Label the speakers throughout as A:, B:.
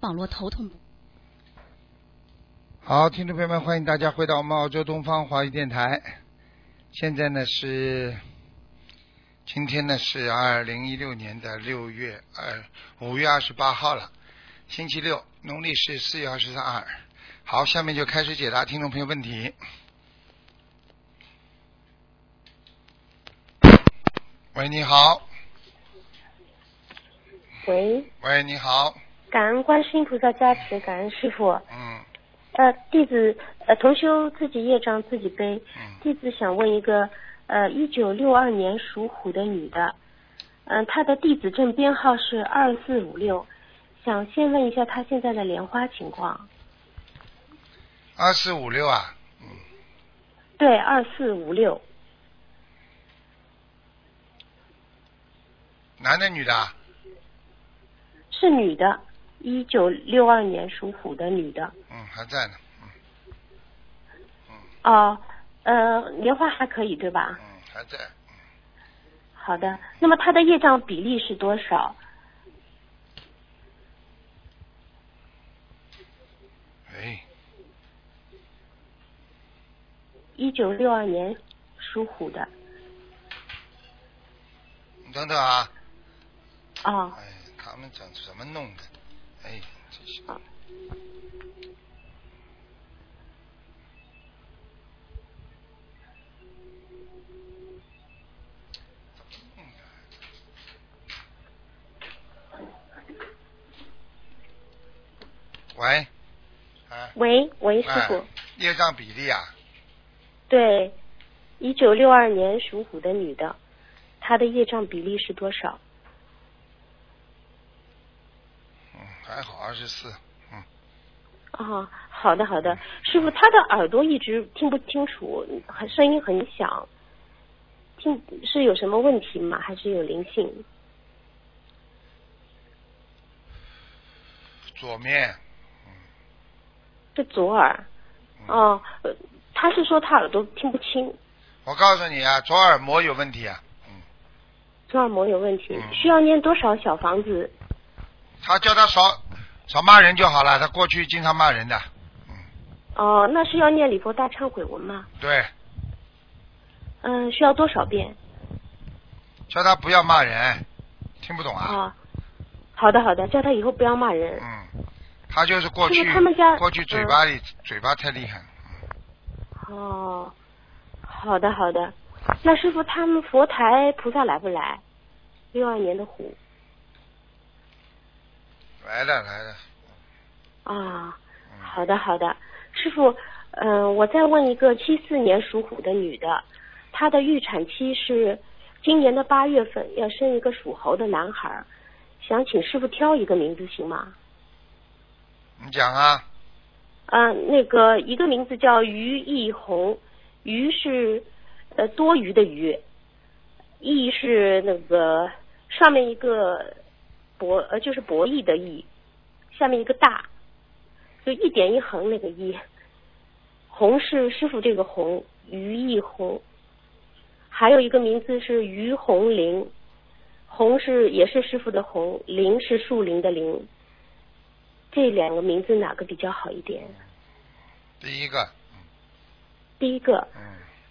A: 保罗头痛。
B: 好，听众朋友们，欢迎大家回到我们澳洲东方华语电台。现在呢是，今天呢是二零一六年的六月二五月二十八号了，星期六，农历是四月二十二。好，下面就开始解答听众朋友问题。喂，你好。
C: 喂，
B: 喂，你好。
C: 感恩观世音菩萨加持，感恩师傅。
B: 嗯
C: 呃，弟子呃，同修自己业障自己背。
B: 嗯，
C: 弟子想问一个呃，一九六二年属虎的女的，嗯、她的弟子证编号是二四五六，想先问一下她现在的莲花情况。
B: 二四五六啊，
C: 对，二四五六，
B: 男的女的啊？
C: 是女的，一九六二年属虎的女的。
B: 嗯，还在呢。嗯
C: 哦、呃，莲花还可以对吧？
B: 嗯，还在。
C: 好的，那么她的业障比例是多少？
B: 哎，
C: 一九六二年属虎的。
B: 你等等啊。
C: 哦，
B: 哎，他们整什么弄的？哎，真是。
C: 啊
B: 喂，哎，
C: 喂喂，师
B: 哎
C: 傅，
B: 业障比例啊，
C: 对，一九六二年属虎的女的，她的业障比例是多少？
B: 嗯，还好二十四，嗯，
C: 哦，好的好的，师傅，她的耳朵一直听不清楚，很声音很响，听是有什么问题吗？还是有灵性？
B: 左面，
C: 是左耳？
B: 嗯，
C: 哦，呃她是说她耳朵听不清，
B: 我告诉你啊，左耳膜有问题啊，嗯，
C: 左耳膜有问题，
B: 嗯
C: 需要念多少小房子？
B: 他叫他少少骂人就好了，他过去经常骂人的，
C: 哦，那是要念礼佛大忏悔文吗？
B: 对，
C: 嗯，需要多少遍？
B: 叫他不要骂人，听不懂啊？
C: 啊，好的好的，叫他以后不要骂人。
B: 嗯，他就是过去
C: 就是他们家嗯
B: 过去嘴巴里、嘴巴太厉害了，
C: 哦，好的好的。那师傅他们佛台菩萨来不来？六二年的虎
B: 来了来了，
C: 啊，
B: 嗯，
C: 好的好的。师傅，嗯、我再问一个七四年属虎的女的，她的预产期是今年的八月份，要生一个属猴的男孩儿，想请师傅挑一个名字行吗？
B: 你讲啊，
C: 嗯、那个一个名字叫于义红，于是呃多余的余，义是那个上面一个博呃就是博弈的弈，下面一个大，就一点一横那个一。红是师傅这个红，于义红。还有一个名字是于红林，红是也是师傅的红，林是树林的林。这两个名字哪个比较好一点？
B: 第一个，
C: 第一个
B: 嗯，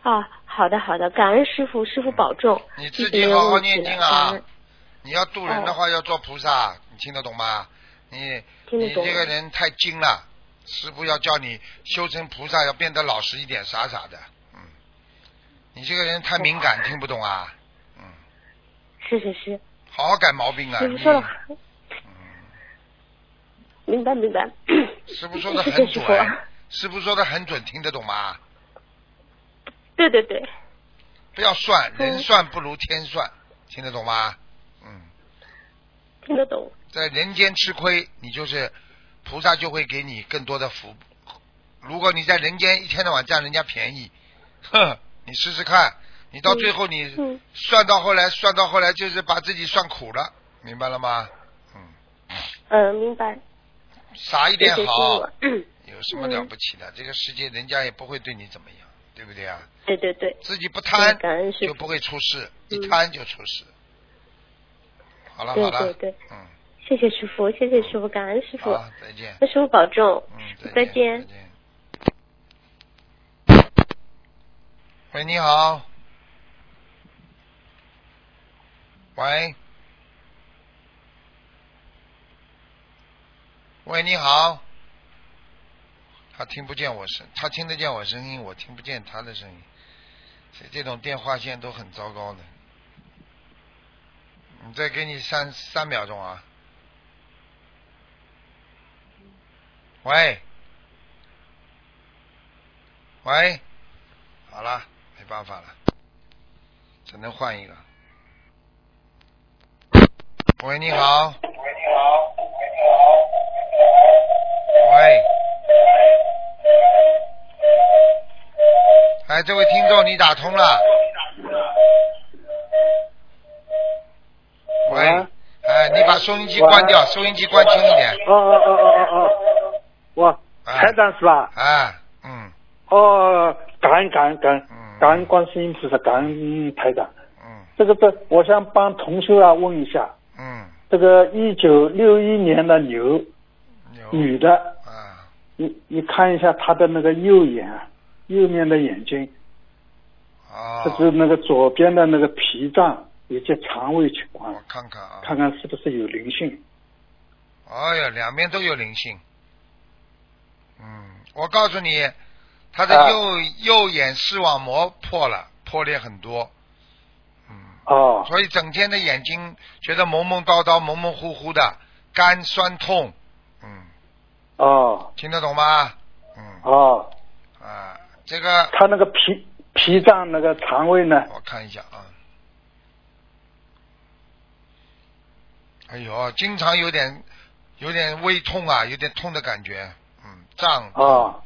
C: 啊，好的好的，感恩师傅，师傅保重。
B: 你
C: 弟
B: 自
C: 子
B: 己
C: 没有
B: 好好
C: 问题
B: 念经
C: 了嗯哦感
B: 啊
C: 恩，
B: 你要渡人的话要做菩萨，你听得懂吗？你
C: 听得
B: 你
C: 懂。
B: 这个人太精了，师傅要叫你修成菩萨，要变得老实一点，傻傻的，嗯，你这个人太敏感，听不懂啊，嗯，
C: 是是是，
B: 好好改毛病啊，
C: 师傅
B: 你
C: 说的，明白明白。
B: 师傅说的
C: 谢谢
B: 很
C: 师傅。啊
B: 准，师傅说的很准，听得懂吗？
C: 对对对，
B: 不要算，
C: 嗯
B: 人算不如天算，听得懂吗？嗯，
C: 听得懂。
B: 在人间吃亏，你就是菩萨就会给你更多的福。如果你在人间一天到晚占人家便宜，哼，你试试看，你到最后你
C: 嗯，
B: 算到后来，算到后来就是把自己算苦了，明白了吗？嗯，
C: 呃，明白。
B: 傻一
C: 谢
B: 点
C: 谢师
B: 好
C: 傅，。嗯
B: 有什么了不起的？这个世界人家也不会对你怎么样，对不对啊？
C: 对对对，
B: 自己不贪，
C: 感恩师
B: 就
C: 傅。
B: 不会出事，
C: 嗯
B: 一贪就出事。好了好
C: 对对
B: 了，
C: 对，
B: 嗯，
C: 谢谢谢师傅，谢谢师傅，感恩师傅，
B: 好，再见。
C: 那师傅保重，
B: 嗯，
C: 再见。
B: 见再见。喂，你好。喂。喂，你好。他听不见我声，他听得见我声音，我听不见他的声音。所以这种电话线都很糟糕的。你再给你三三秒钟啊。喂，喂，好了，没办法了，只能换一个。喂，你好。喂，你好。喂。哎，这位听众，你打通了。喂，
A: 喂
B: 哎，你把收音机关掉，收音机关轻一点。
A: 哦哦哦哦哦哦，我
B: 啊
A: 台长是吧？
B: 哎，嗯
A: 哦，感恩感恩感恩
B: 嗯
A: 感恩观世音菩萨，感恩台长。
B: 嗯
A: 这个这，我想帮同修啊问一下，
B: 嗯，
A: 这个一九六一年的
B: 哦
A: 牛
B: 牛
A: 女的，
B: 啊，
A: 你你看一下她的那个右眼啊，右面的眼睛，
B: 哦，
A: 就是那个左边的那个脾脏以及肠胃情况
B: 我，看看啊，
A: 看看是不是有灵性。
B: 哎呀，两边都有灵性。嗯，我告诉你，他的
A: 啊
B: 右、右眼视网膜破了，破裂很多，嗯
A: 哦
B: 所以整天的眼睛觉得蒙蒙叨叨、蒙蒙糊糊的，肝酸痛。嗯，
A: 哦
B: 听得懂吗？嗯
A: 哦，
B: 啊，这个
A: 她那个脾脾脏那个肠胃呢？
B: 我看一下啊。哎呦，经常有点有点胃痛啊，有点痛的感觉，嗯，胀。
A: 哦。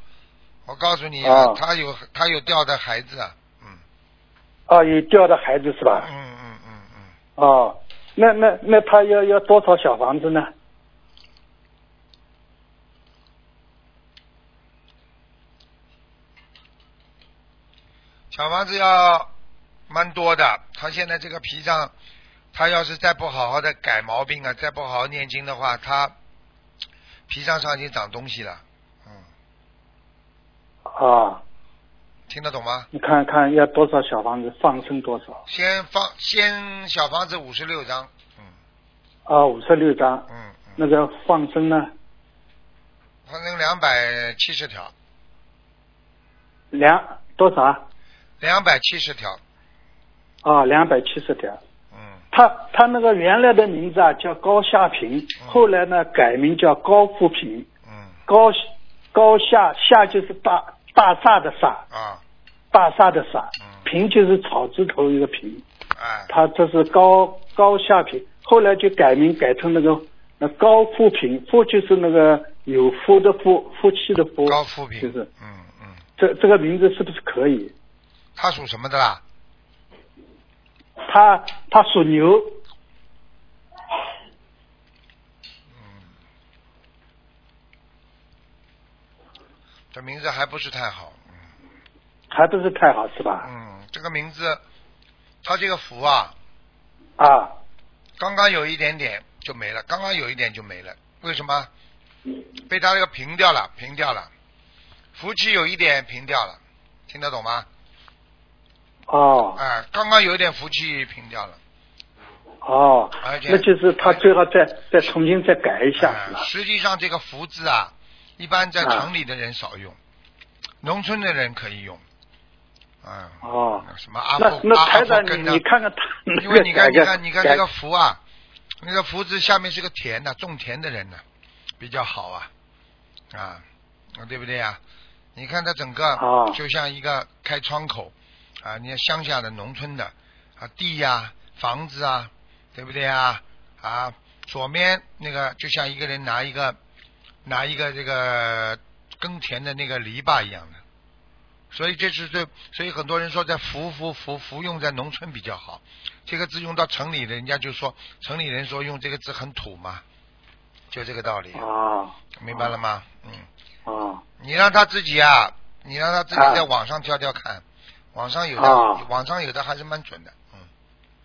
B: 我告诉你啊
A: 哦，
B: 他有他有掉的孩子啊，嗯
A: 啊，有掉的孩子是吧？
B: 嗯嗯嗯嗯，
A: 哦，那那那他要要多少小房子呢？
B: 小房子要蛮多的。他现在这个脾脏，他要是再不好好的改毛病啊，再不好好念经的话，他脾脏上已经长东西了。嗯，
A: 啊，
B: 听得懂吗？
A: 你看看要多少小房子，放生多少？
B: 先放先小房子五十六张，嗯
A: 啊，五十六张。
B: 嗯嗯，
A: 那个放生呢，
B: 放成两百七十条，
A: 两多少啊？
B: 两百七十条，
A: 啊，两百七十条。
B: 嗯
A: 他他那个原来的名字啊叫高夏平，后来呢改名叫高富平。
B: 嗯
A: 高高夏夏就是大大厦的厦，
B: 啊
A: 大厦的厦
B: 嗯，
A: 平就是草字头一个平。
B: 哎
A: 他这是高高下品，后来就改名改成那个那高富品，富就是那个有夫的夫，夫妻的夫，
B: 高富平，
A: 就是
B: 嗯嗯，
A: 这这个名字是不是可以？
B: 他属什么的啦？
A: 他他属牛，
B: 这名字还不是太好，嗯。
A: 还不是太好是吧？
B: 嗯，这个名字，他这个福啊，
A: 啊，
B: 刚刚有一点点就没了，刚刚有一点就没了，为什么？被他这个平掉了，平掉了，福气有一点平掉了，听得懂吗？
A: 哦
B: 哎、刚刚有一点福气平掉了，
A: 哦
B: 而，且
A: 那就是他最好再再重新再改一下
B: 哎
A: 是吧？
B: 实际上这个福字啊，一般在城里的人少用，农村的人可以用，啊、
A: 哦，
B: 什么阿
A: 那
B: 布
A: 那
B: 阿
A: 台
B: 阿
A: 长
B: 布
A: 你
B: 根呢
A: 你？看看他 那
B: 因为
A: 个
B: 你
A: 改
B: 看，你
A: 个
B: 看，你看
A: 改
B: 这个福啊，那个福字下面是个田呐、种田的人呢、比较好啊，啊，对不对啊？你看它整个
A: 哦
B: 就像一个开窗口啊，你看乡下的、农村的啊，地呀、房子啊，对不对啊？啊，左面那个就像一个人拿一个拿一个这个耕田的那个篱笆一样的，所以这是对，所以很多人说在服服服服用在农村比较好，这个字用到城里，人家就说城里人说用这个字很土嘛，就这个道理，
A: 哦
B: 明白了吗？嗯，
A: 哦
B: 你让他自己啊，你让他自己
A: 啊
B: 在网上挑挑看，网上有的，
A: 啊
B: 网上有的还是蛮准的，嗯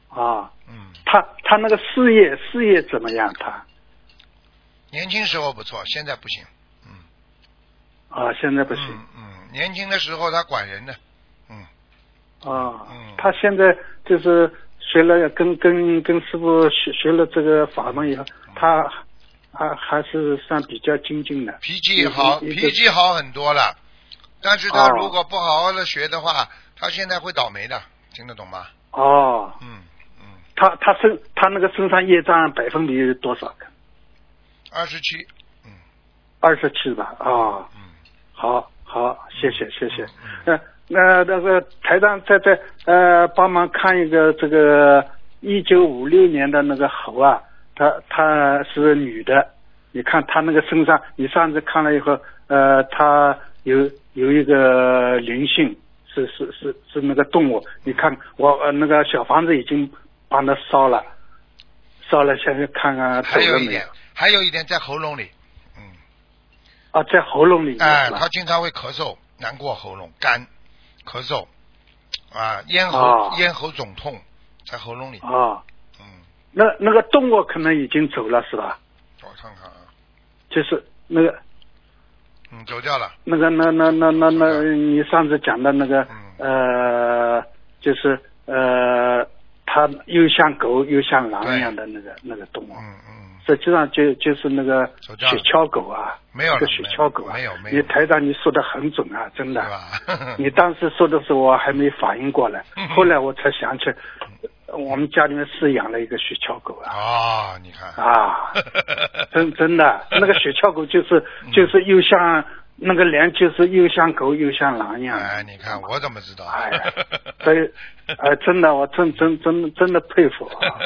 A: 哦，
B: 嗯，
A: 他他那个事业事业怎么样？他
B: 年轻时候不错，现在不行。
A: 啊，现在不行
B: 嗯嗯，年轻的时候他管人的，嗯，
A: 啊
B: 嗯。
A: 他现在就是学了跟跟跟师傅学学了这个法门以后，他还还是算比较精进的。
B: 脾气好，
A: 一一个
B: 脾气好很多了。但是他
A: 哦
B: 如果不好好的学的话，他现在会倒霉的，听得懂吗？
A: 哦，
B: 嗯嗯，
A: 他他身他那个身上业障百分比多少？
B: 二十七，嗯
A: 二十七吧。啊、
B: 嗯，
A: 好好，谢谢谢谢。
B: 嗯
A: 呃，那那个台长再再呃帮忙看一个这个一九五六年的那个猴啊，她她是女的，你看她那个身上，你上次看了以后，呃，她有有一个灵性，是是是是那个动物，你看我呃那个小房子已经帮她烧了，烧了现在看看走
B: 还有
A: 了
B: 一
A: 没有
B: 点？，还有一点在喉咙里，嗯，
A: 啊，在喉咙里面
B: 哎，
A: 是吧
B: 他经常会咳嗽，难过喉咙，干，咳嗽，啊，咽
A: 哦
B: 喉咽喉肿痛，在喉咙里，
A: 啊，
B: 嗯，
A: 那那个动物可能已经走了是吧？
B: 我看看啊，
A: 就是那个
B: 嗯，走掉了，
A: 那个那那那那那，你上次讲的那个
B: 嗯
A: 呃，就是呃，它又像狗又像狼一样的那个那个动物，
B: 嗯嗯，
A: 实际上就就是那个
B: 走掉
A: 雪
B: 了
A: 橇狗啊，
B: 没有了
A: 这雪橇狗啊，
B: 没有没有
A: 你台长你说的很准啊，真的
B: 对，吧？
A: 你当时说的时候我还没反应过来
B: 嗯，
A: 后来我才想起，我们家里面饲养了一个雪橇狗啊，
B: 啊，你看，
A: 啊，真真的，那个雪橇狗就是
B: 嗯
A: 就是又像那个脸，就是又像狗又像狼一样。
B: 哎，你看我怎么知道？
A: 哎呀，所以，呃，真的，我真真真真的佩服 啊！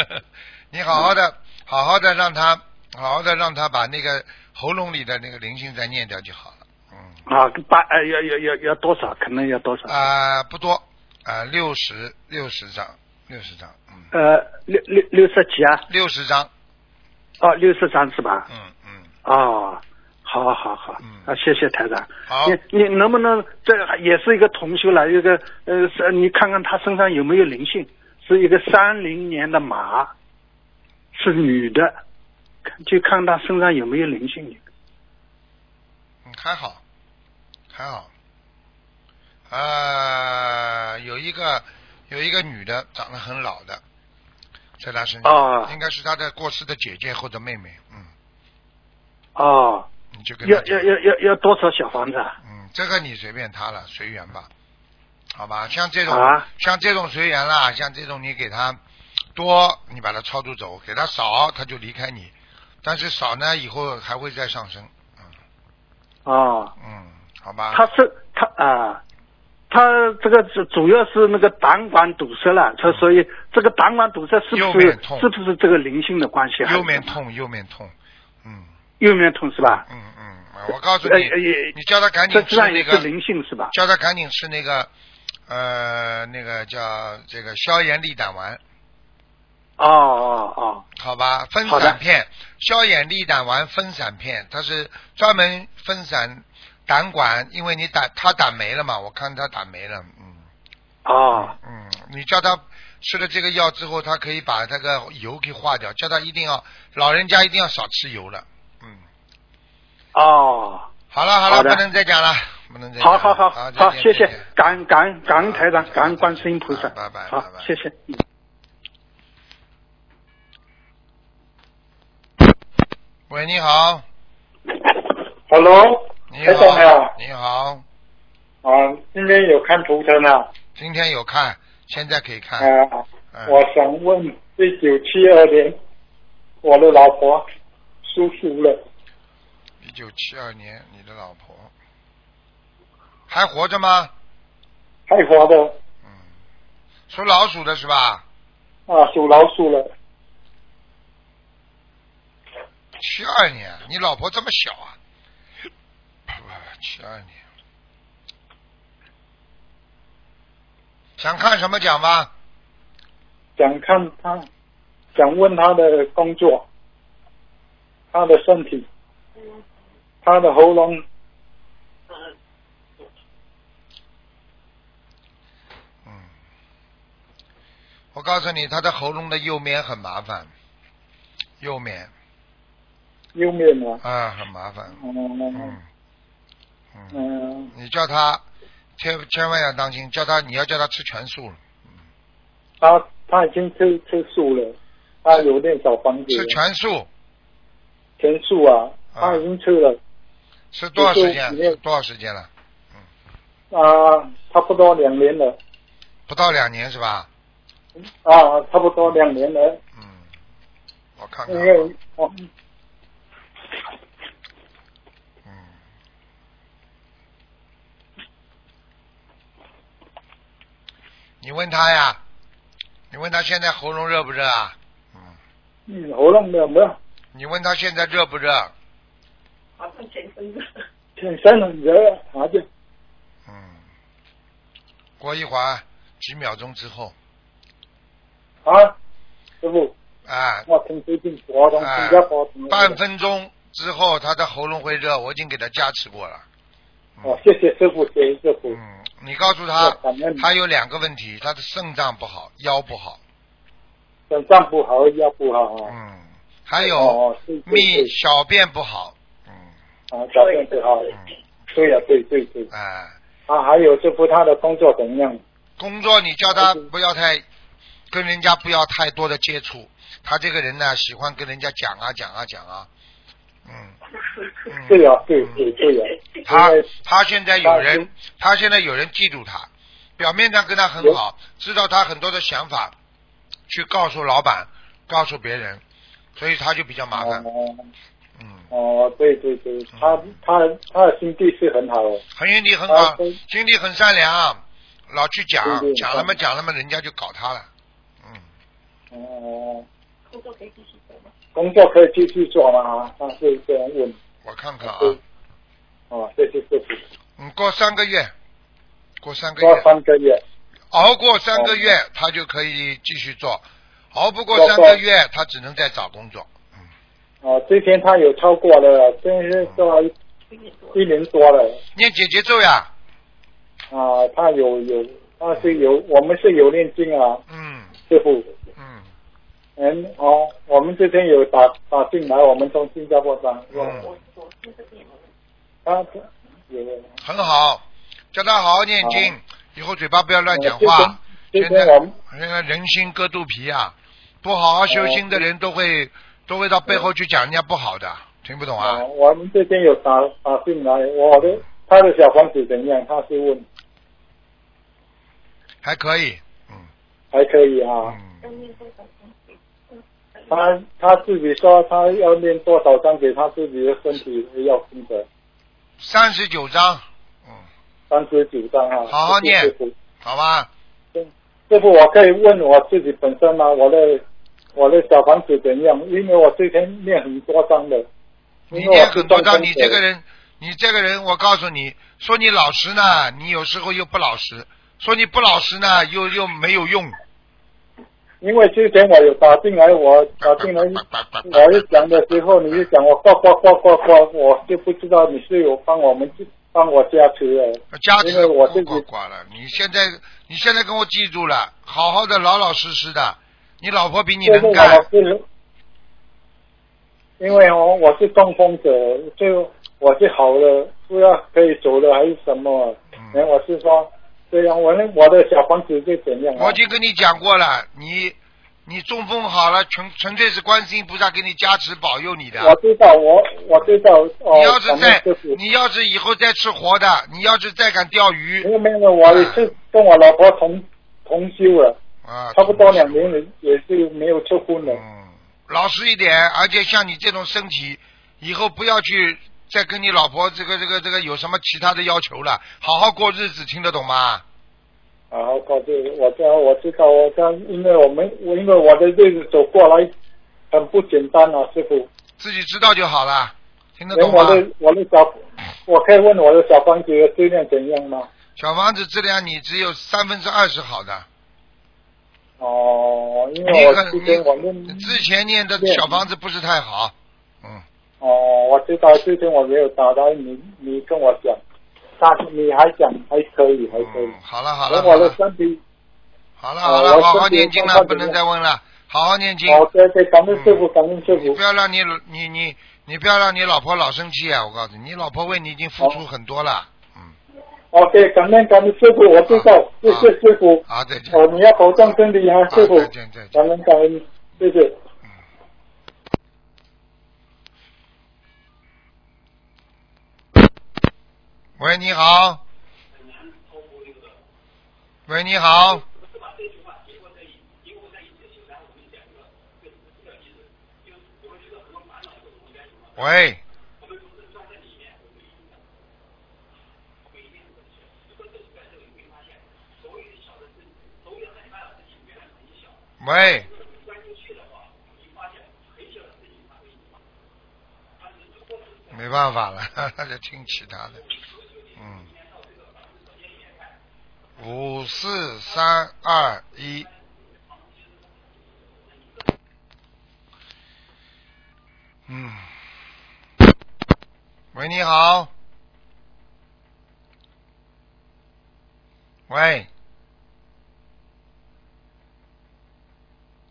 B: 你好好的，好好的让他，好好的让他把那个喉咙里的那个灵性再念掉就好了。嗯，
A: 啊，八呃，要要要要多少？可能要多少？
B: 啊、不多，啊、6六十六十张，六十张，嗯，
A: 呃，六六六十几啊？
B: 六十张，
A: 哦，六十张是吧？
B: 嗯嗯，
A: 哦，好好好
B: 嗯，
A: 啊，谢谢台长。
B: 好，
A: 你你能不能这也是一个同修了，一个呃，是你看看他身上有没有灵性？是一个三零年的马，是女的，看就看他身上有没有灵性。
B: 嗯还好，还好，呃，有一个有一个女的长得很老的，在他身上，
A: 啊
B: 应该是他的过世的姐姐或者妹妹，嗯，
A: 哦，
B: 你就跟他
A: 要
B: 讲
A: 要要要要多少小房子啊？
B: 嗯，这个你随便他了，随缘吧，好吧？像这种，
A: 啊
B: 像这种随缘啦，像这种你给他多，你把他超度走；给他少，他就离开你。但是少呢，以后还会再上升。
A: 哦，
B: 嗯，好吧？
A: 他是他啊。他这个主主要是那个胆管堵塞了，他所以这个胆管堵塞是
B: 嗯右
A: 不是
B: 面痛
A: 是不是这个灵性的关系？啊
B: 右面，痛，右面痛。嗯
A: 右面痛是吧？
B: 嗯嗯，我告诉
A: 呃
B: 你，
A: 呃也
B: 你叫他赶
A: 这
B: 紧
A: 自
B: 吃
A: 然
B: 那
A: 也是
B: 个，
A: 灵性啊是吧？
B: 叫他赶紧吃那个，呃，那个叫这个消炎利胆丸。
A: 哦哦哦，
B: 好吧，分
A: 好
B: 散
A: 的
B: 片，消炎利胆丸分散片，它是专门分散胆管，因为你胆它胆没了嘛，我看它胆没了，嗯
A: 哦
B: 嗯，你叫他吃了这个药之后，他可以把这个油给化掉，叫他一定要老人家一定要少吃油了，嗯，
A: 哦，
B: 好了好了，
A: 好的
B: 不能再讲了，不能再讲
A: 好
B: 了，
A: 好好
B: 好，
A: 好，
B: 再见
A: 谢谢
B: 再见，
A: 感恩感恩感恩台长
B: 好，
A: 感恩观世音菩萨，
B: 拜拜
A: 好
B: 拜拜，
A: 谢谢。嗯
B: 喂，你好，
D: Hello，
B: 你
D: 台
A: 哎
D: 长你
B: 好
D: 好，
B: 你好，
D: 啊，今天有看图腾啊，
B: 今天有看，现在可以看，
A: 哎
D: 啊，
B: 嗯
D: 我想问一九七二年我的老婆出书了，
B: 一九七二年，你的老婆还活着吗？
D: 还活的
B: 嗯，属老鼠的是吧？
D: 啊，属老鼠了，
B: 七二年，你老婆这么小啊？七二年，想看什么讲吧？
D: 想看她，想问她的工作，她的身体，她的喉咙，
B: 嗯，我告诉你，他的喉咙的右面很麻烦，右面，
D: 右面嘛。
B: 啊，很麻烦。
D: 嗯
B: 嗯嗯，
D: 嗯，
B: 你叫他千千万要当心，叫他你要叫他吃全素了，
D: 他他已经吃吃素了，他有点小房子
B: 吃
D: 了，
B: 全素
D: 全素啊，
B: 啊
D: 他已经吃了
B: 吃多少时
D: 就是里
B: 间？
D: 面
B: 多少时间了？
D: 啊，差不多两年了
B: 不到两年是吧？
D: 啊，差不多两年了，
B: 嗯，我看看
D: 因
B: 啊。
D: 为哦我
B: 嗯，你问他呀，你问他现在喉咙热不热啊？嗯，
D: 嗯喉咙有没有
B: 你问他现在热不热？
E: 好像全身热。
D: 全身很热，啊而且
B: 嗯，过一会儿几秒钟之后，
D: 啊，师傅，
B: 啊，
D: 我从最近活动，
B: 哎
D: 新加坡从
B: 半分钟之后他的喉咙会热，我已经给他加持过了。
D: 哦，谢谢师傅，谢谢师傅，
B: 嗯，你告诉
D: 我
B: 他，
D: 感恩你
B: 他有两个问题，他的肾脏不好，腰不好，
D: 肾脏不好，腰不好啊，
B: 嗯，还有
D: 哦，是
B: 泌
D: 对
B: 小便不好，嗯
D: 对啊，小便不好，
B: 嗯。
D: 对呀、对对对，
B: 哎，
D: 啊，还有师傅他的工作怎么样？
B: 工作你叫他
D: 嗯
B: 不要太跟人家不要太多的接触，他这个人呢喜欢跟人家讲啊讲啊讲啊，嗯，嗯
D: 对呀、对对对呀、
B: 他
D: 因为
B: 他现在有人
D: 他，
B: 他现在有人记住他，表面上跟他很好，知道他很多的想法，去告诉老板，告诉别人，所以他就比较麻烦，
D: 哦
B: 嗯，
D: 哦，对对对，他
B: 嗯
D: 他他的心地是很好的，
B: 很心地很好
D: 他跟，
B: 心地很善良，老去讲
D: 哦对对
B: 讲了嘛讲了嘛，人家就搞他了，嗯。
D: 哦，
E: 工作可以继续做吗？
D: 工作可以继续做吗？他是这样问，
B: 我看看啊，
D: 对哦，谢谢师傅，
B: 嗯，过三个月，过三个
D: 做
B: 月，
D: 三个月，
B: 熬过三个月，他就可以继续做；熬不过三个月，他只能再找工作。
D: 哦，之前他有超过了，现在做一
E: 一年
B: 嗯
E: 多。
D: 一年多了，
B: 念姐姐咒呀，
D: 啊，他有有，他是有，我们是有念经啊，
B: 嗯
D: 师傅，
B: 嗯
D: 嗯，哦，我们这边有打打进来，我们从新加坡打，
B: 嗯，
E: 我是这边的。
D: 他有有
B: 很好，叫他好好嗯念经，以后嘴巴不要乱讲话。
D: 之
B: 现在
D: 前我们
B: 现在人心隔肚皮啊，不好好修心的人都会都会到背后去讲人家不好的，听不懂啊
D: 啊，？我们这边有打打进来，我的他的小房子怎样？他是问
B: 还可以，嗯
D: 还可以啊。
B: 嗯，
E: 跟念多少章？
D: 他他自己说他要念多少章给他自己的身体要负责，
B: 三十九章，嗯，
D: 三十九章啊。
B: 好好念
D: 师傅，
B: 好吧，
D: 师傅，我可以问我自己本身吗？我的我的小房子怎样？因为我之前念很多章的。
B: 你
D: 因为我
B: 念
D: 是
B: 很多
D: 单
B: 章，
D: 身
B: 你这
D: 者
B: 个人，你这个人，我告诉你，说你老实呢，你有时候又不老实；说你不老实呢，又又没有用。
D: 因为之前我有打进来，我打 进来，我一讲的时候，你一讲我呱呱呱呱呱，我就不知道你是有帮我们帮我加持的。
B: 家
D: 因为
B: 呃持
D: 我自己
B: 挂挂了，你现在你现在跟我记住了，好好的，老老实实的。你老婆比你
D: 就是
B: 能
D: 我
B: 干，
D: 是，因为我我是中风者，就我是好了，不知道可以走了还是什么。
B: 嗯
D: 然后哎我是说，这样我那我的小房子就怎样、啊？
B: 我已经跟你讲过了，你你中风好了，纯纯粹是观世音菩萨给你加持保佑你的。
D: 我知道，我我知道哦
B: 啊你要，是
D: 感恩
B: 再
D: 师傅。
B: 你要是以后再吃活的，你要是再敢钓鱼
D: 因为没有，我也是跟我老婆同同修了，
B: 啊，
D: 差不多两年了，也是没有结婚的。
B: 嗯，老实一点，而且像你这种身体，以后不要去再跟你老婆这个这个这个有什么其他的要求了，好好过日子，听得懂吗？
D: 啊，我搞这个，我知道，我知道，我知道，因为我们我因为我的日子走过来很不简单啊，师傅。
B: 自己知道就好了，听得
D: 连
B: 懂啊
D: 我
B: 吗？
D: 的我的小，我可以问我的小房子的质量怎样吗？
B: 小房子质量你只有三分之二是好的，
D: 哦，因为
B: 哎你
D: 我
B: 可
D: 之前我
B: 你
D: 们
B: 之前念的
D: 对
B: 小房子不是太好，嗯，
D: 哦，我知道之前我没有打到你，你跟我讲，但你还讲还可以，还可以。
B: 嗯，好了好了
D: 而
B: 好
D: 我的
B: 了
D: 身体
B: 好了
D: 呃
B: 好
D: 我
B: 了，好
D: 身
B: 好
D: 体
B: 念经
D: 状
B: 了，
D: 况
B: 不
D: 怎
B: 能
D: 么
B: 再问了，好好念经，
D: 好，哦对对，感恩师傅，感恩师
B: 嗯你
D: 傅
B: 不。要让你你你你不要让你老婆老生气啊！我告诉你，你老婆为你已经付出很多了。嗯，
D: 好，哦对，感恩感恩师傅，我知道，谢谢师傅。
B: 好，再见。
D: 哦，你要保障身体啊，师傅
B: 啊再见再见。
D: 感恩感恩，谢谢。
B: 喂，你好。喂，你好。喂。喂。没办法了， 那就听其他的。嗯，五四三二一。嗯，喂，你好。喂，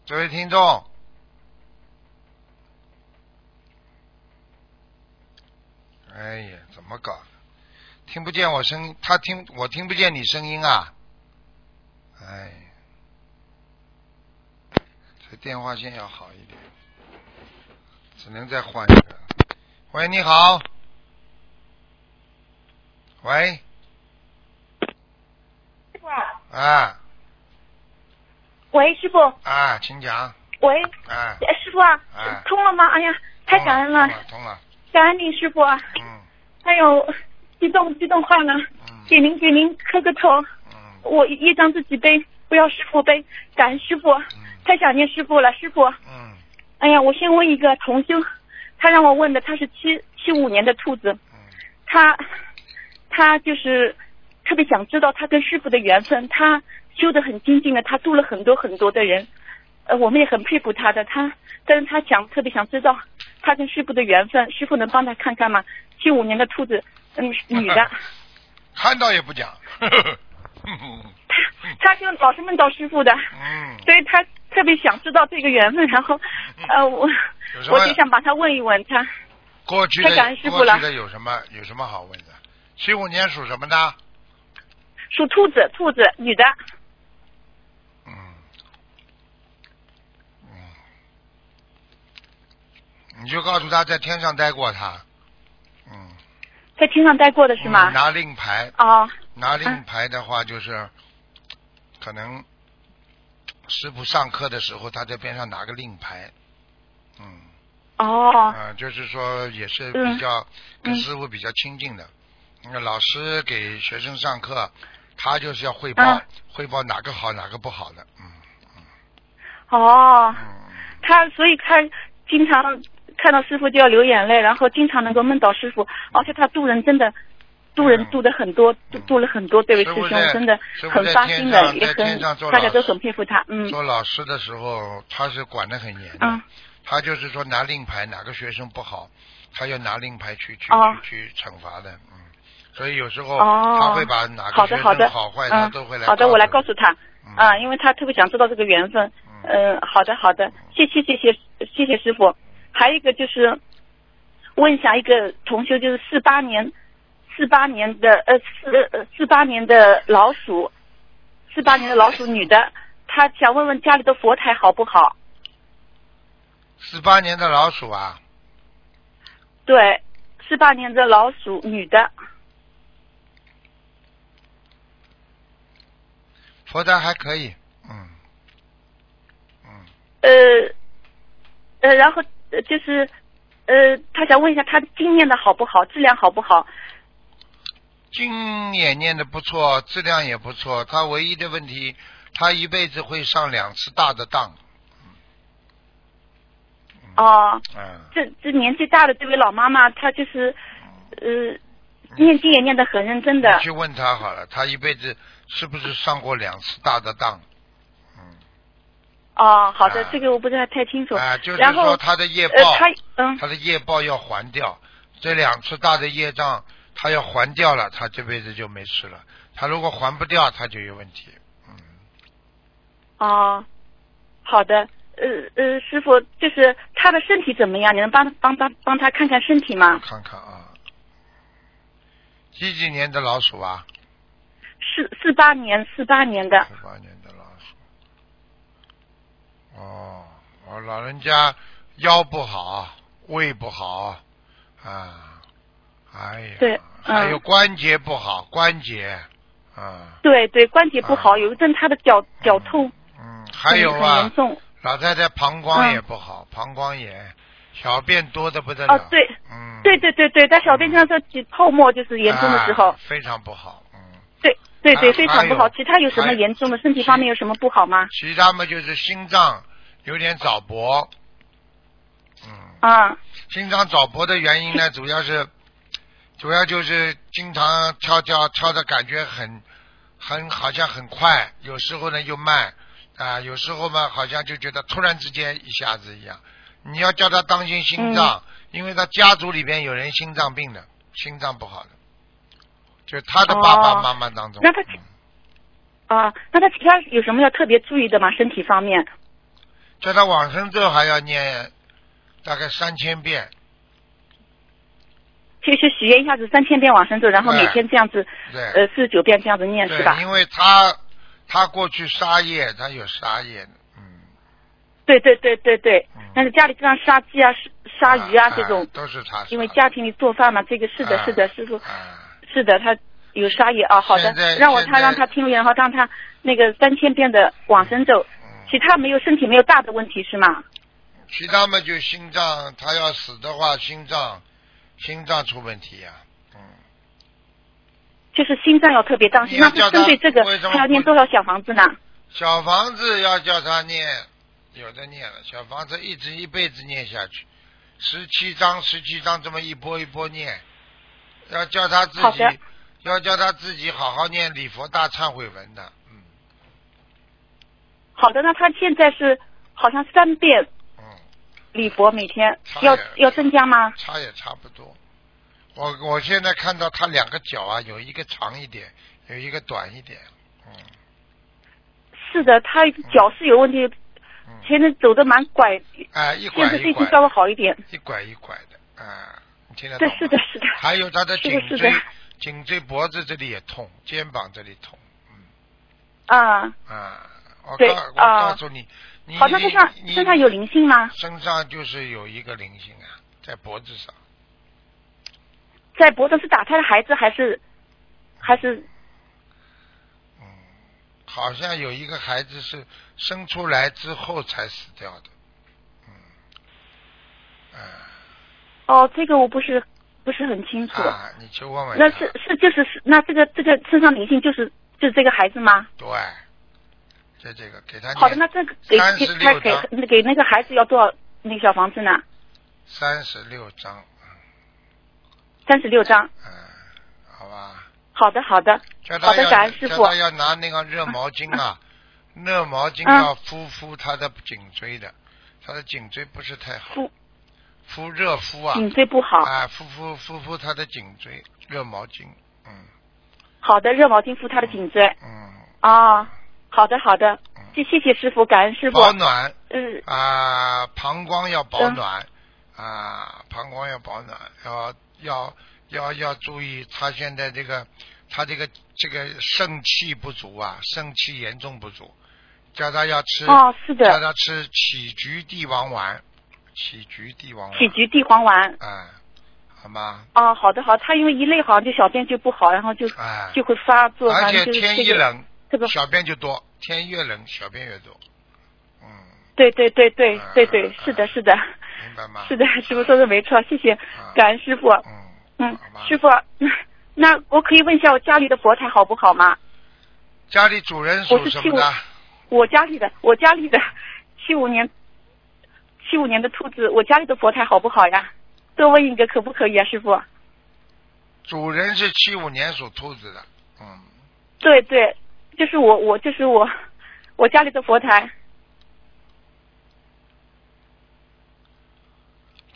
B: 这位听众。哎呀，怎么搞？听不见我声音，他听我听不见你声音啊！哎，这电话线要好一点，只能再换一个。喂，你好。喂，
E: 师傅，
B: 啊
E: 喂，师傅，
B: 啊，请讲，
E: 喂，
B: 啊
E: 呃师傅啊
B: 哎，
E: 通了吗？哎呀，太感恩了，
B: 通了，
E: 感恩你师傅啊，
B: 通了
E: 哎呦，激动激动坏了，
B: 嗯
E: 给您给您磕个头，
B: 嗯嗯
E: 我业障自己背，不要师傅背，感恩师傅，啊
B: 嗯
E: 太想念师傅了，师傅，
B: 嗯
E: 哎呀，我先问一个同修，他让我问的，他是七七五年的兔子，
B: 嗯，
E: 他他就是特别想知道他跟师傅的缘分。他修得很精进的，他度了很多很多的人，呃，我们也很佩服他的。他但是他想特别想知道他跟师傅的缘分，师傅能帮他看看吗？七五年的兔子，嗯，女 的，
B: 看到也 不讲，呵呵嗯
E: 他就老是梦到师傅的，
B: 嗯，
E: 所以他特别想知道这个缘分。然后，呃，
B: 嗯
E: 我
B: 有什么
E: 我就想把他问一问他，
B: 过去的
E: 太感恩师傅
B: 过
E: 了
B: 去的有什么有什么好问的？七五年属什么的？
E: 属兔子，兔子女的，
B: 嗯，嗯，你就告诉他在天上待过他，嗯，
E: 在天上待过的是吗？
B: 嗯拿令牌，
E: 哦，
B: 拿令牌的话就是，可能师傅上课的时候他在边上拿个令牌，嗯，
E: 哦，
B: 啊、就是说也是
E: 嗯
B: 比较、跟
E: 嗯
B: 师傅比较亲近的。那老师给学生上课，他就是要汇报、
E: 啊
B: 汇报哪个好哪个不好的，嗯
E: 哦，
B: 嗯
E: 他所以他经常看到师傅就要流眼泪，然后经常能够梦到师傅，而且他度人真的度人度的很多，度度了很多这位师兄
B: 嗯师傅在，
E: 真的
B: 师傅
E: 很
B: 在
E: 发
B: 天
E: 心的，
B: 上
E: 也
B: 在天
E: 很
B: 上做
E: 大
B: 老
E: 家都
B: 师
E: 很佩服他，嗯
B: 做老师的时候，他是管得很严的，
E: 嗯
B: 他就是说拿令牌，哪个学生不好，他要拿令牌去去、
E: 哦
B: 去去惩罚的，嗯。所以有时候
E: 哦
B: 他会把哪个
E: 好
B: 学
E: 的
B: 生
E: 好的
B: 坏，他
E: 嗯
B: 都会来。
E: 好的，我来告诉。他
B: 嗯
E: 啊，因为他特别想知道这个缘分，嗯，好的好的，谢谢谢谢谢谢师傅。还有一个就是问一下一个同学，就是四八年四八年的呃四四八年的老鼠，四八年的老鼠女的，她想问问家里的佛台好不好？
B: 十八年的老鼠啊，
E: 对，四八年的老鼠女的，
B: 佛台还可以，嗯，嗯，
E: 呃呃，然后呃就是呃，她想问一下她经念的好不好，质量好不好？
B: 经也念的不错，质量也不错。他唯一的问题，他一辈子会上两次大的当，
E: 哦、
B: 嗯，
E: 这这年纪大的这位老妈妈，她就是，呃，念经也念得很认真的
B: 你。去问他好了，他一辈子是不是上过两次大的当？
E: 哦，好的，
B: 啊
E: 这个我不是太清楚。
B: 啊，就是
E: 然
B: 说
E: 后，
B: 他的业
E: 呃，
B: 报，
E: 她，嗯，
B: 他的业报要还掉，这两次大的业障他要还掉了，他这辈子就没事了。他如果还不掉，他就有问题。嗯，
E: 哦，好的，呃呃，师傅，就是他的身体怎么样？你能帮帮帮帮他看看身体吗？
B: 看看啊，几几年的老鼠啊？
E: 四四八年，四八年的。
B: 四八年的老鼠。哦，我老人家腰不好，胃不好啊，哎呀，
E: 对嗯
B: 还有关节不好，关节，啊，
E: 对对，关节不好，
B: 啊
E: 有一阵他的脚脚痛，
B: 嗯，
E: 很
B: 还有
E: 很
B: 啊
E: 严，重。
B: 老太太膀胱
E: 嗯
B: 也不好，膀胱炎，小便多的不得了。
E: 哦，对
B: 嗯，
E: 对对对对，他小便经常说起泡沫，就是严重的时候
B: 啊。非常不好。嗯，
E: 对对对，
B: 还
E: 非常不
B: 还
E: 好。
B: 有
E: 其他有什么严重的身体方面有什么不好吗？
B: 其他嘛就是心脏有点早搏，嗯，
E: 啊，
B: 心脏早搏的原 因呢，主要是主要就是经常跳跳跳的感觉很很好像很快，有时候呢又慢啊、有时候嘛好像就觉得突然之间一下子一样。你要叫他当心心
E: 嗯
B: 脏，因为他家族里边有人心脏病的，心脏不好的，就他的爸爸
E: 哦
B: 妈妈当中。
E: 那他
B: 嗯
E: 啊，那他其他有什么要特别注意的吗？身体方面？
B: 叫他往生咒还要念大概三千遍，
E: 就就许愿一下子三千遍往生咒，然后每
B: 对
E: 天这样子，
B: 对，
E: 呃，四十九遍这样子念是吧
B: 对，？因为他他过去杀业，他有杀业的，嗯，
E: 对对对对对
B: 嗯。
E: 但是家里经常杀鸡啊、杀杀鱼啊
B: 哎
E: 这种，
B: 都是他杀的，
E: 因为家庭里做饭嘛，这个是的
B: 哎
E: 是的，师傅
B: 啊，
E: 是的，他有杀业啊。好的
B: 现在，
E: 让我
B: 现
E: 他
B: 在
E: 让他听录音，然后让他那个三千遍的往生咒，其
B: 嗯，
E: 他没有身体没有大的问题是吗？
B: 其他嘛就心脏，他要死的话，心脏心脏出问题呀、嗯，
E: 就是心脏要特别当心。
B: 你要
E: 那
B: 叫
E: 是
B: 他
E: 针对这个
B: 为什，么
E: 他要念
B: 不
E: 多少小房子呢？
B: 小房子要叫他念，有的念了，小房子一直一辈子念下去，十七章十七章这么一波一波念，要叫他自
E: 好
B: 己
E: 的，
B: 要叫他自己好好念礼佛大忏悔文的，嗯
E: 好的，那他现在是好像三遍
B: 嗯，
E: 礼佛每天
B: 差
E: 要
B: 点
E: 要增加吗？
B: 差也差不多。我我现在看到他两个脚啊，有一个长一点，有一个短一点，嗯
E: 是的，他脚是有问题，
B: 嗯，
E: 前面走的蛮拐，
B: 哎，一拐
E: 现在
B: 一
E: 最近
B: 拐
E: 稍，微好一点。
B: 一拐一拐的，啊，你听得
E: 对
B: 懂，吗？
E: 是的，是的，
B: 还有他的
E: 是
B: 颈
E: 的是的
B: 椎、颈椎、脖子这里也痛，肩膀这里痛嗯
E: 啊，
B: 啊。我
E: 对
B: 告我
E: 啊
B: 告诉你，你
E: 好，那身上
B: 你
E: 身上有灵性吗？
B: 身上就是有一个灵性啊，在脖子上，
E: 在脖子是打胎的孩子还是还是
B: 好像有一个孩子是生出来之后才死掉的，嗯，
E: 哦？这个我不是不是很清楚
B: 啊。啊，你去问问他
E: 那是是就是是那这个这个身上灵性就是就是这个孩子吗？
B: 对，就这个给他
E: 好的，那这个给给
B: 36
E: 他给
B: 张
E: 给那个孩子要多少那个小房子呢？
B: 三十六章，
E: 三十六张。
B: 嗯，好吧。
E: 好的，好的，
B: 叫
E: 好
B: 他
E: 的
B: 要
E: 感恩师
B: 叫
E: 傅
B: 他要拿那个热毛巾 啊，热毛巾要敷敷他的颈椎的，他的颈椎不是太好
E: 敷，
B: 敷热敷啊，
E: 颈椎不好。
B: 啊，敷敷敷敷他的颈椎，热毛巾，嗯
E: 好的，热毛巾敷他的颈椎。
B: 嗯，
E: 哦，好的，好的
B: 嗯，
E: 就谢谢师傅，感恩师傅。
B: 保暖
E: 嗯，
B: 啊，膀胱要保
E: 嗯
B: 暖啊，膀胱要保暖，要要要要注意，他现在这个他这个这个肾气不足啊，肾气严重不足，叫他要吃。
E: 哦，是
B: 叫
E: 的，
B: 他吃杞菊地黄丸，杞菊地黄丸，
E: 杞菊地黄丸。
B: 啊，好吗？
E: 哦，好的，好，他因为一累好像就小便就不好，然后就
B: 哎，
E: 就会发作，
B: 而
E: 反
B: 且
E: 正就是
B: 天
E: 这
B: 一
E: 个
B: 冷，
E: 这个，
B: 小便就多；天越冷，小便越多。嗯，
E: 对对对对
B: 哎
E: 对对，是的，是的，
B: 明白吗？
E: 是的，师傅说的没错，谢谢，
B: 啊，
E: 感恩师傅。
B: 嗯，
E: 嗯
B: 好吧，
E: 师傅， 那那我可以问一下我家里的佛台好不好吗？
B: 家里主人
E: 我
B: 属
E: 是
B: 什
E: 七
B: 么
E: 五
B: 的？
E: 我家里的，我家里的七五年，七五年的兔子，我家里的佛台好不好呀？多问一个可不可以啊，师傅？
B: 主人是七五年属兔子的。嗯，
E: 对对，就是我，我就是我，我家里的佛台，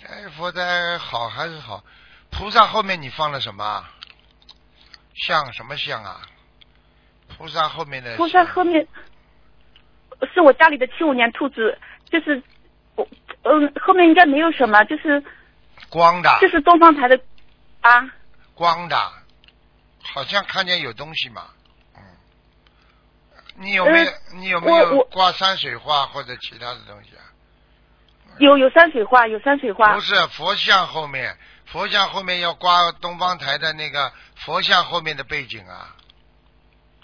B: 哎，佛在好还是好？菩萨后面你放了什么啊？像什么像啊？菩萨后面的
E: 菩萨
B: 像
E: 后面是我家里的七五年兔子，就是我嗯后面应该没有什么，就是
B: 光的，
E: 就是东方台的啊，
B: 光的，好像看见有东西嘛。嗯，你有
E: 呃
B: 没有你有没
E: 我
B: 有
E: 我
B: 挂山水画或者其他的东西啊？
E: 有有山水画，有山水画
B: 不，是佛像后面，佛像后面要挂东方台的那个佛像后面的背景啊。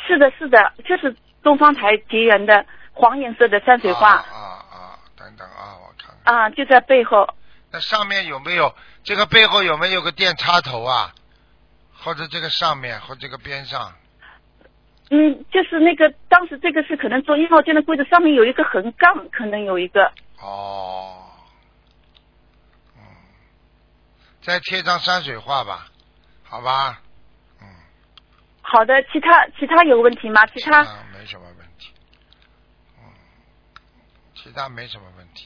E: 是的，是的，就是东方台结缘的黄颜色的山水画
B: 啊啊啊！等等啊，我看看，
E: 啊，就在背后。
B: 那上面有没有这个背后有没有个电插头啊？或者这个上面，或者这个边上？
E: 嗯，就是那个当时这个是可能做，因为我见到柜子上面有一个横杠，可能有一个
B: 哦，嗯，再贴张山水画吧，好吧，嗯，
E: 好的，其他其他有问题吗？其他
B: 啊没什么问题，嗯，其他没什么问题，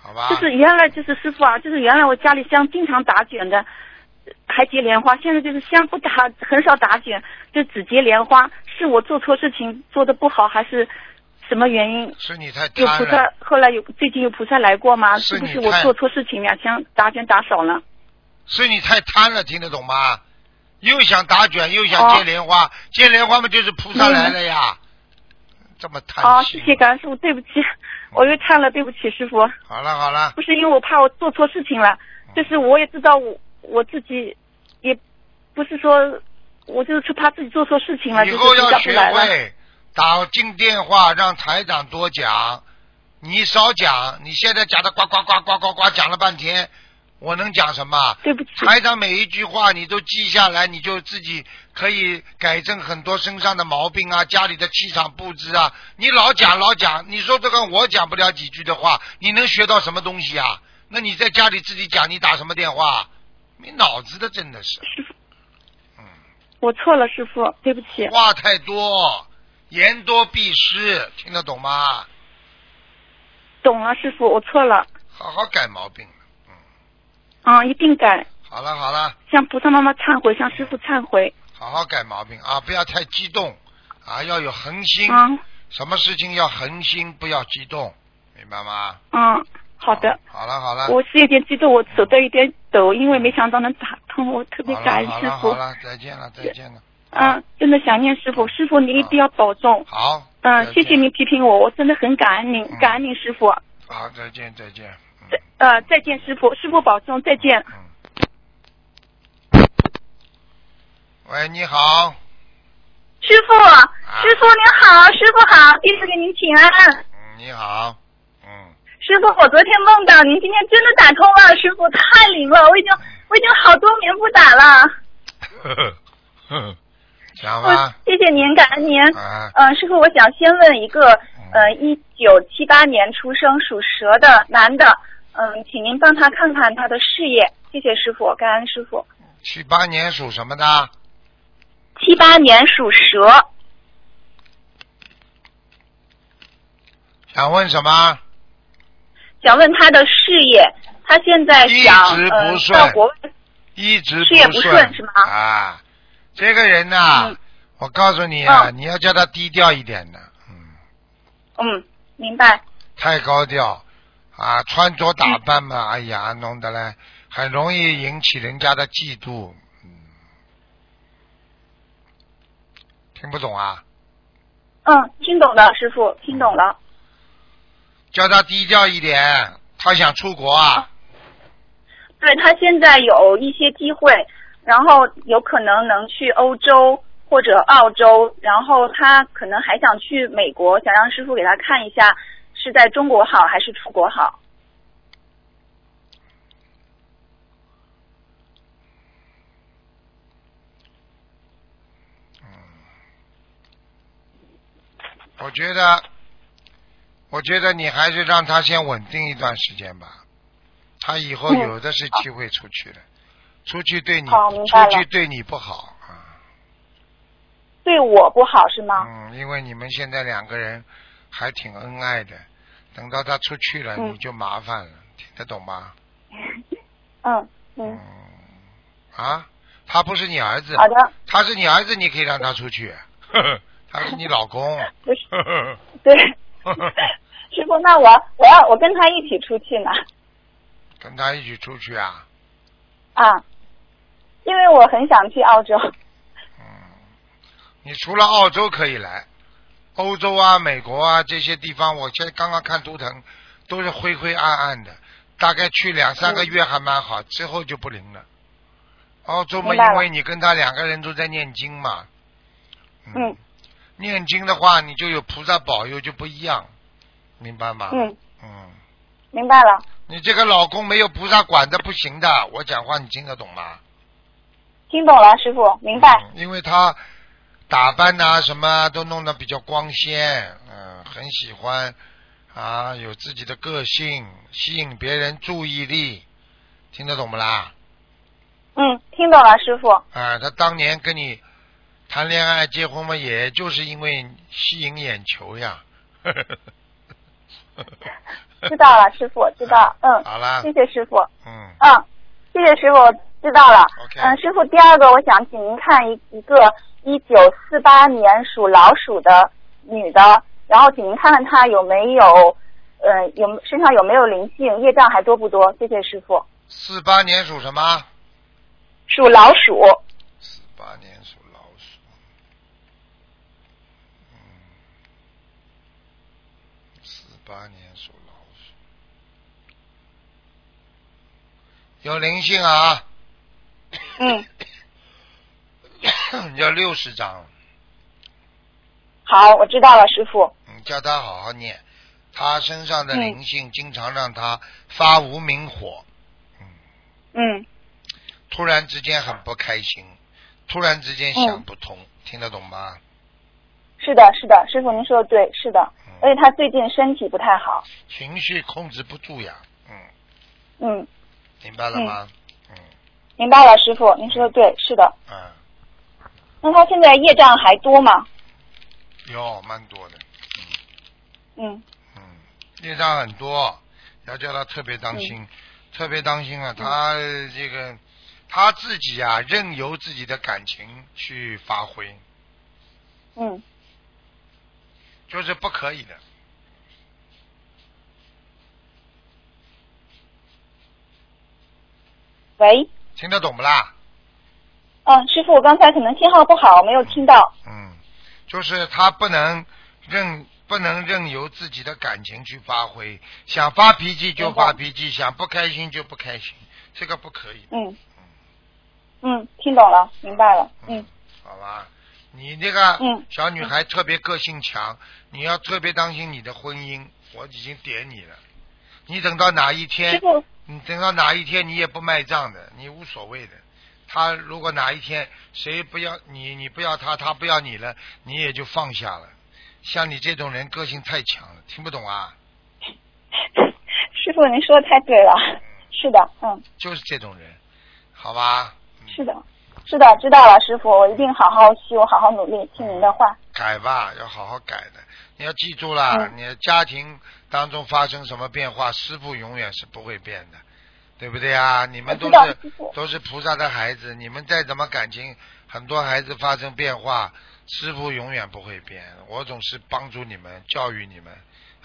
B: 好吧，
E: 就是原来就是师傅啊，就是原来我家里香经常打卷的，呃还结莲花，现在就是香不打，很少打卷，就只结莲花。是我做错事情做的不好，还是什么原因？
B: 是你太
E: 有
B: 贪
E: 菩
B: 了
E: 萨，，后来有最近有菩萨来过吗？
B: 是
E: 是不
B: 你
E: 是我
B: 太
E: 做错事情呀？香打卷打少了。
B: 是你太贪了，听得懂吗？又想打卷，又想接
E: 哦
B: 莲花，接莲花嘛就是菩萨来了呀，这么贪
E: 啊，谢
B: 心。嗯
E: 谢感恩师傅，对不起，我又看了，对不起师傅。
B: 好了好了，
E: 不是因为我怕我做错事情了，
B: 嗯
E: 就是我也知道我我自己，也不是说，我就是怕自己做错事情了，
B: 以
E: 就是
B: 后
E: 回
B: 要
E: 答不
B: 学
E: 来了。
B: 会打进电话，让台长多讲，你少讲。你现在讲的呱呱呱呱呱呱讲了半天，我能讲什么？
E: 对不起，
B: 台长每一句话你都记下来，你就自己可以改正很多身上的毛病啊，家里的气场布置啊。你老讲老讲，你说这个我讲不了几句的话，你能学到什么东西啊？那你在家里自己讲，你打什么电话？没脑子的，真的是。
E: 我错了，师傅，对不起。
B: 话太多，言多必失，听得懂吗？
E: 懂了，师傅，我错了。
B: 好好改毛病。
E: 嗯，一定改，
B: 好了好了，
E: 向菩萨妈妈忏悔，向师傅忏悔。
B: 好好改毛病啊！不要太激动啊，要有恒心。
E: 嗯
B: 什么事情要恒心，不要激动，明白吗？
E: 嗯，好的。
B: 好了好了，
E: 我是有点激动，我手都有点抖，因为没想到能打通，我特别
B: 好
E: 感恩
B: 了好
E: 师
B: 了好
E: 傅。
B: 了，再见了再见了。
E: 嗯，真的想念师傅，师傅您一定要保重。
B: 好，
E: 嗯
B: 再，
E: 谢谢
B: 见
E: 您批评我，我真的很感恩您
B: 嗯，
E: 感恩您师傅。
B: 好，再见再见。嗯
E: 再呃，再见，师傅，师傅保重，再见。
B: 嗯。喂，你好，
F: 师傅，
B: 啊
F: 师傅您好，师傅好，弟子给您请安。
B: 嗯，你好，嗯，
F: 师傅，我昨天梦到您，今天真的打通了，师傅太灵了，我已经我已经好多年不打了，
B: 呵呵呵，讲
F: 我
B: 吧，
F: 谢谢您，感恩您。
B: 啊，
F: 嗯、师傅，我想先问一个，
B: 嗯
F: 呃，一九七八年出生属蛇的男的，嗯、请您帮他看看他的事业，谢谢师傅，感恩师傅。
B: 七八年属什么的？
F: 七八年属蛇，
B: 想问什么？
F: 想问他的事业，他现在
B: 一
F: 想
B: 直
F: 呃
B: 不顺
F: 到国外，
B: 一直
F: 事业不顺是吗
B: 啊，这个人呐、
E: 嗯
B: 我告诉你啊，你要叫他低调一点的，嗯，
F: 嗯，明白。
B: 太高调啊，穿着打扮
F: 嗯
B: 嘛，哎呀，弄得嘞，很容易引起人家的嫉妒，嗯，听不懂啊？
F: 嗯，听懂了，师傅，听懂了。
B: 叫他低调一点，他想出国啊，
F: 对他现在有一些机会，然后有可能能去欧洲或者澳洲，然后他可能还想去美国，想让师傅给他看一下是在中国好还是出国好。哦
B: 我觉得，我觉得你还是让他先稳定一段时间吧，他以后有的是机会出去的，出去对你
F: 嗯哦好明白
B: 出
F: 了
B: 去对你不好啊，
F: 对我不好是吗？
B: 嗯，因为你们现在两个人还挺恩爱的，等到他出去了
F: 嗯
B: 你就麻烦了，听得懂吗？
F: 嗯嗯，
B: 啊，他不是你儿子，
F: 好的，
B: 他是你儿子，你可以 让他出去，呵呵，他是你老公，
F: 不是
B: 呵呵
F: 对，
B: 呵呵
G: 师傅，那我我要我跟他一起出去呢
B: 跟他一起出去啊？
G: 啊，因为我很想去澳洲。
B: 你除了澳洲可以来，欧洲啊、美国啊这些地方，我现在刚刚看图腾，都是灰灰暗暗的，大概去两
G: 嗯
B: 三个月还蛮好，之后就不灵了。澳洲嘛，
G: 明白了
B: 因为你跟他两个人都在念经嘛，
G: 嗯
B: 念经的话你就有菩萨保佑，就不一样，明白吗？
G: 嗯，
B: 嗯，
G: 明白了，
B: 你这个老公没有菩萨管的不行的，我讲话你听得懂吗？
G: 听懂了，师傅，明白。
B: 嗯因为他打扮呐、什么都弄得比较光鲜，嗯，很喜欢啊，有自己的个性，吸引别人注意力，听得懂不啦？
G: 嗯，听懂了，师傅。
B: 啊，他当年跟你谈恋爱、结婚嘛，也就是因为吸引眼球呀。
G: 知道了，师傅，知道，嗯，
B: 好啦，
G: 谢谢师傅，
B: 嗯，
G: 嗯，谢谢师傅，我知道了。
B: OK
G: 嗯，师傅，第二个我想请您看一一个一九四八年属老鼠的女的，然后请您看看她有没有，呃，有身上有没有灵性，业障还多不多？谢谢师傅。
B: 四八年属什么？
G: 属老鼠，
B: 四八年属老鼠，嗯，四八年属老鼠，有灵性啊，
G: 嗯，
B: 要六十张，
G: 好，我知道了，师傅。
B: 你叫他好好念，他身上的灵性经常让他发无名火，
G: 嗯，
B: 突然之间很不开心，突然之间想不通，听得懂吗？
G: 是的，是的，师傅您说的对，是的，而
E: 嗯
G: 且她最近身体不太好，
B: 嗯情绪控制不住呀，嗯，
G: 嗯，
B: 明白了吗？嗯
G: 明白了，师傅您说的对，是的。
B: 嗯，
G: 那她现在业障还多吗？
B: 有蛮多的，
G: 嗯，
B: 嗯，业障很多，要叫他特别当心，特别当心啊！他这个他自己啊，任由自己的感情去发挥，
G: 嗯，
B: 就是不可以的。
G: 喂，
B: 听得懂不啦？
G: 嗯，师傅，我刚才可能信号不好，没有听到。
B: 嗯，就是他不能任不能任由自己的感情去发挥，想发脾气就发脾气，想不开心就不开心，这个不可以。
G: 嗯，嗯，听懂了，明白了。嗯，
B: 好吧，你那个
G: 嗯
B: 小女孩特别个性强，你要特别当心你的婚姻。我已经点你了，你等到哪一
G: 师
B: 天，
G: 傅，
B: 你等到哪一天你也不卖账的，你无所谓的。他如果哪一天谁不要你，你不要他，他不要你了，你也就放下了。像你这种人个性太强了，听不懂啊，
G: 师傅，您说的太对了。是的，嗯，
B: 就是这种人，好吧？嗯
G: 是的，是的，知道了，师傅，我一定好好修，好好努力，听您的话。
B: 改吧，要好好改的。你要记住啦，
G: 嗯
B: 你的家庭当中发生什么变化，师傅永远是不会变的，对不对啊？你们
G: 我
B: 都
G: 知道
B: 是
G: 师傅
B: 都是菩萨的孩子，你们再怎么感情，很多孩子发生变化，师傅永远不会变。我总是帮助你们，教育你们。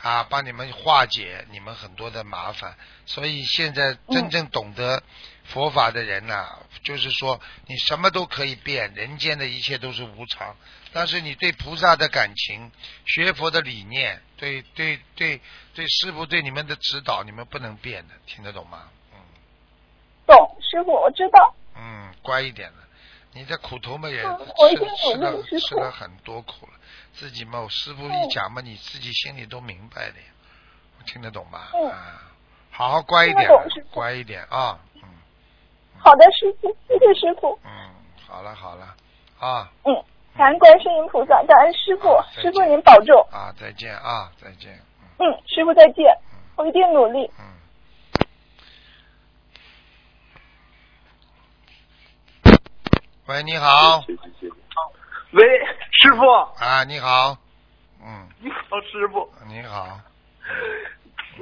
B: 啊，帮你们化解你们很多的麻烦，所以现在真正懂得佛法的人呐、就是说你什么都可以变，人间的一切都是无常，但是你对菩萨的感情、学佛的理念、对对对对师傅对你们的指导，你们不能变的，听得懂吗？嗯
G: 懂，师傅，我知道。
B: 嗯，乖一点的，你这苦头嘛也
G: 嗯我一定
B: 吃吃
G: 努
B: 了
G: 力师
B: 吃
G: 父嗯
B: 了很多苦了，自己嘛，我师傅一讲嘛，你自己心里都明白的呀，我听得懂吧？
G: 嗯
B: 啊，好好乖一
G: 听得
B: 点
G: 懂师，父
B: 乖一点啊，嗯
G: 好的，师傅，谢谢师傅。
B: 嗯，好了好了啊
G: 嗯，感恩观世音菩萨，感恩师傅
B: 好，再见
G: 师傅您保重。
B: 啊，再见啊，再见，嗯
G: 嗯，师傅再见，我一定努力。
B: 嗯。喂，你好
H: 喂，师傅，
B: 啊，你好，嗯，
H: 你好，师傅，
B: 你好，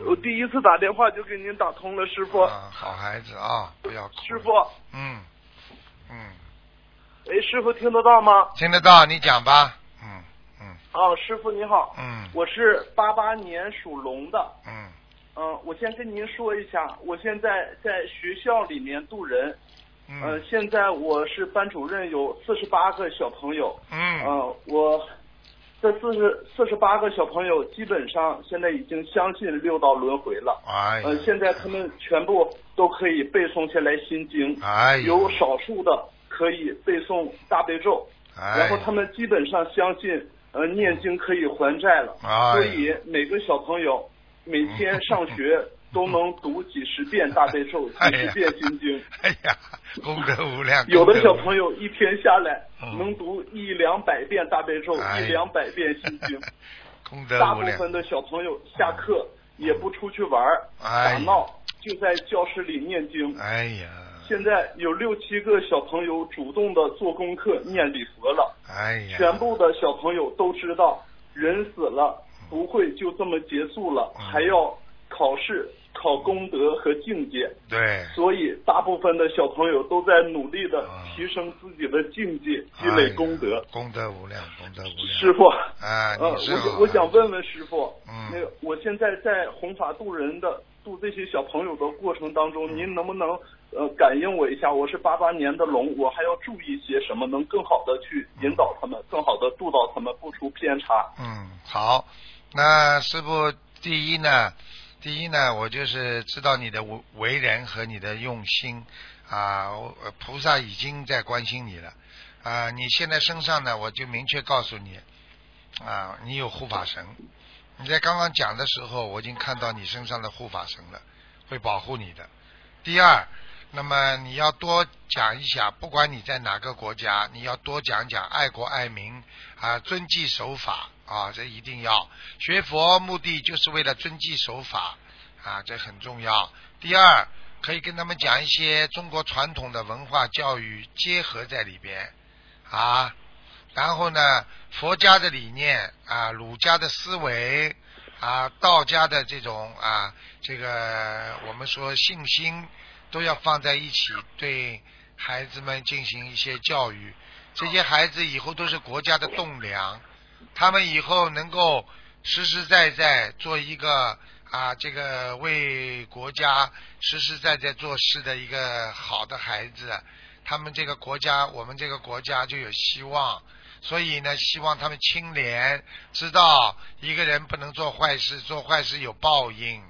H: 我第一次打电话就给您打通了，师傅。
B: 啊，好孩子啊，不要哭。
H: 师傅，，
B: 嗯嗯，
H: 哎，师傅听得到吗？
B: 听得到，你讲吧。嗯嗯，
H: 啊，师傅你好，
B: 嗯
H: 我是八八年属龙的，
B: 嗯
H: 嗯，我先跟您说一下，我现在在学校里面渡人，呃
B: 嗯，
H: 现在我是班主任，有四十八个小朋友，
B: 嗯
H: 嗯，我这四十四十八个小朋友基本上现在已经相信六道轮回了，
B: 哎呀
H: 呃，现在他们全部都可以背诵下来心经，
B: 哎呀
H: 有少数的可以背诵大悲咒，
B: 哎
H: 然后他们基本上相信，呃，念经可以还债了，
B: 哎
H: 所以每个小朋友每天上学都能读几十遍大悲咒，
B: 哎
H: 几
B: 呀
H: 十遍心经。
B: 哎呀，功德无量。
H: 有的小
B: 友
H: 朋友一天下来
B: 嗯
H: 能读一两百遍大悲咒，
B: 哎
H: 一两百遍心经。
B: 功德
H: 大
B: 无
H: 部
B: 量。
H: 分的小朋友下课也不出去玩儿、
B: 哎呀
H: 打闹，就在教室里念经。
B: 哎呀，
H: 现在有六七个小朋友主动的做功课念礼佛了，
B: 哎呀，
H: 全部的小朋友都知道，人死了不会就这么结束了，
B: 嗯
H: 还要考试、考功德和境界。
B: 对，
H: 所以，大部分的小朋友都在努力的提升自己的境界，积累功
B: 嗯哎呀
H: 德。
B: 功德无量，功德无量。
H: 师傅，
B: 啊，
H: 呃，
B: 你是
H: 我
B: 好
H: 想我想问问师傅，
B: 嗯
H: 那个我现在在弘法度人的度这些小朋友的过程当
B: 嗯
H: 中，您能不能呃感应我一下？我是八八年的龙，我还要注意些什么，能更好的去引导他们，更好的度到他们，不出偏差？
B: 嗯，好，那师傅，第一呢，第一呢，我就是知道你的为为人和你的用心啊，我呃菩萨已经在关心你了啊。你现在身上呢，我就明确告诉你啊，你有护法神。你在刚刚讲的时候，我已经看到你身上的护法神了，会保护你的。第二，那么你要多讲一讲，不管你在哪个国家，你要多讲讲爱国爱民啊，遵纪守法啊，这一定要学佛，目的就是为了遵纪守法啊，这很重要。第二，可以跟他们讲一些中国传统的文化教育结合在里边啊，然后呢，佛家的理念啊，儒家的思维啊，道家的这种啊，这个我们说信心都要放在一起，对孩子们进行一些教育。这些孩子以后都是国家的栋梁，他们以后能够实实在在做一个啊，这个为国家实实在在做事的一个好的孩子，他们这个国家，我们这个国家就有希望。所以呢，希望他们清廉，知道一个人不能做坏事，做坏事有报应，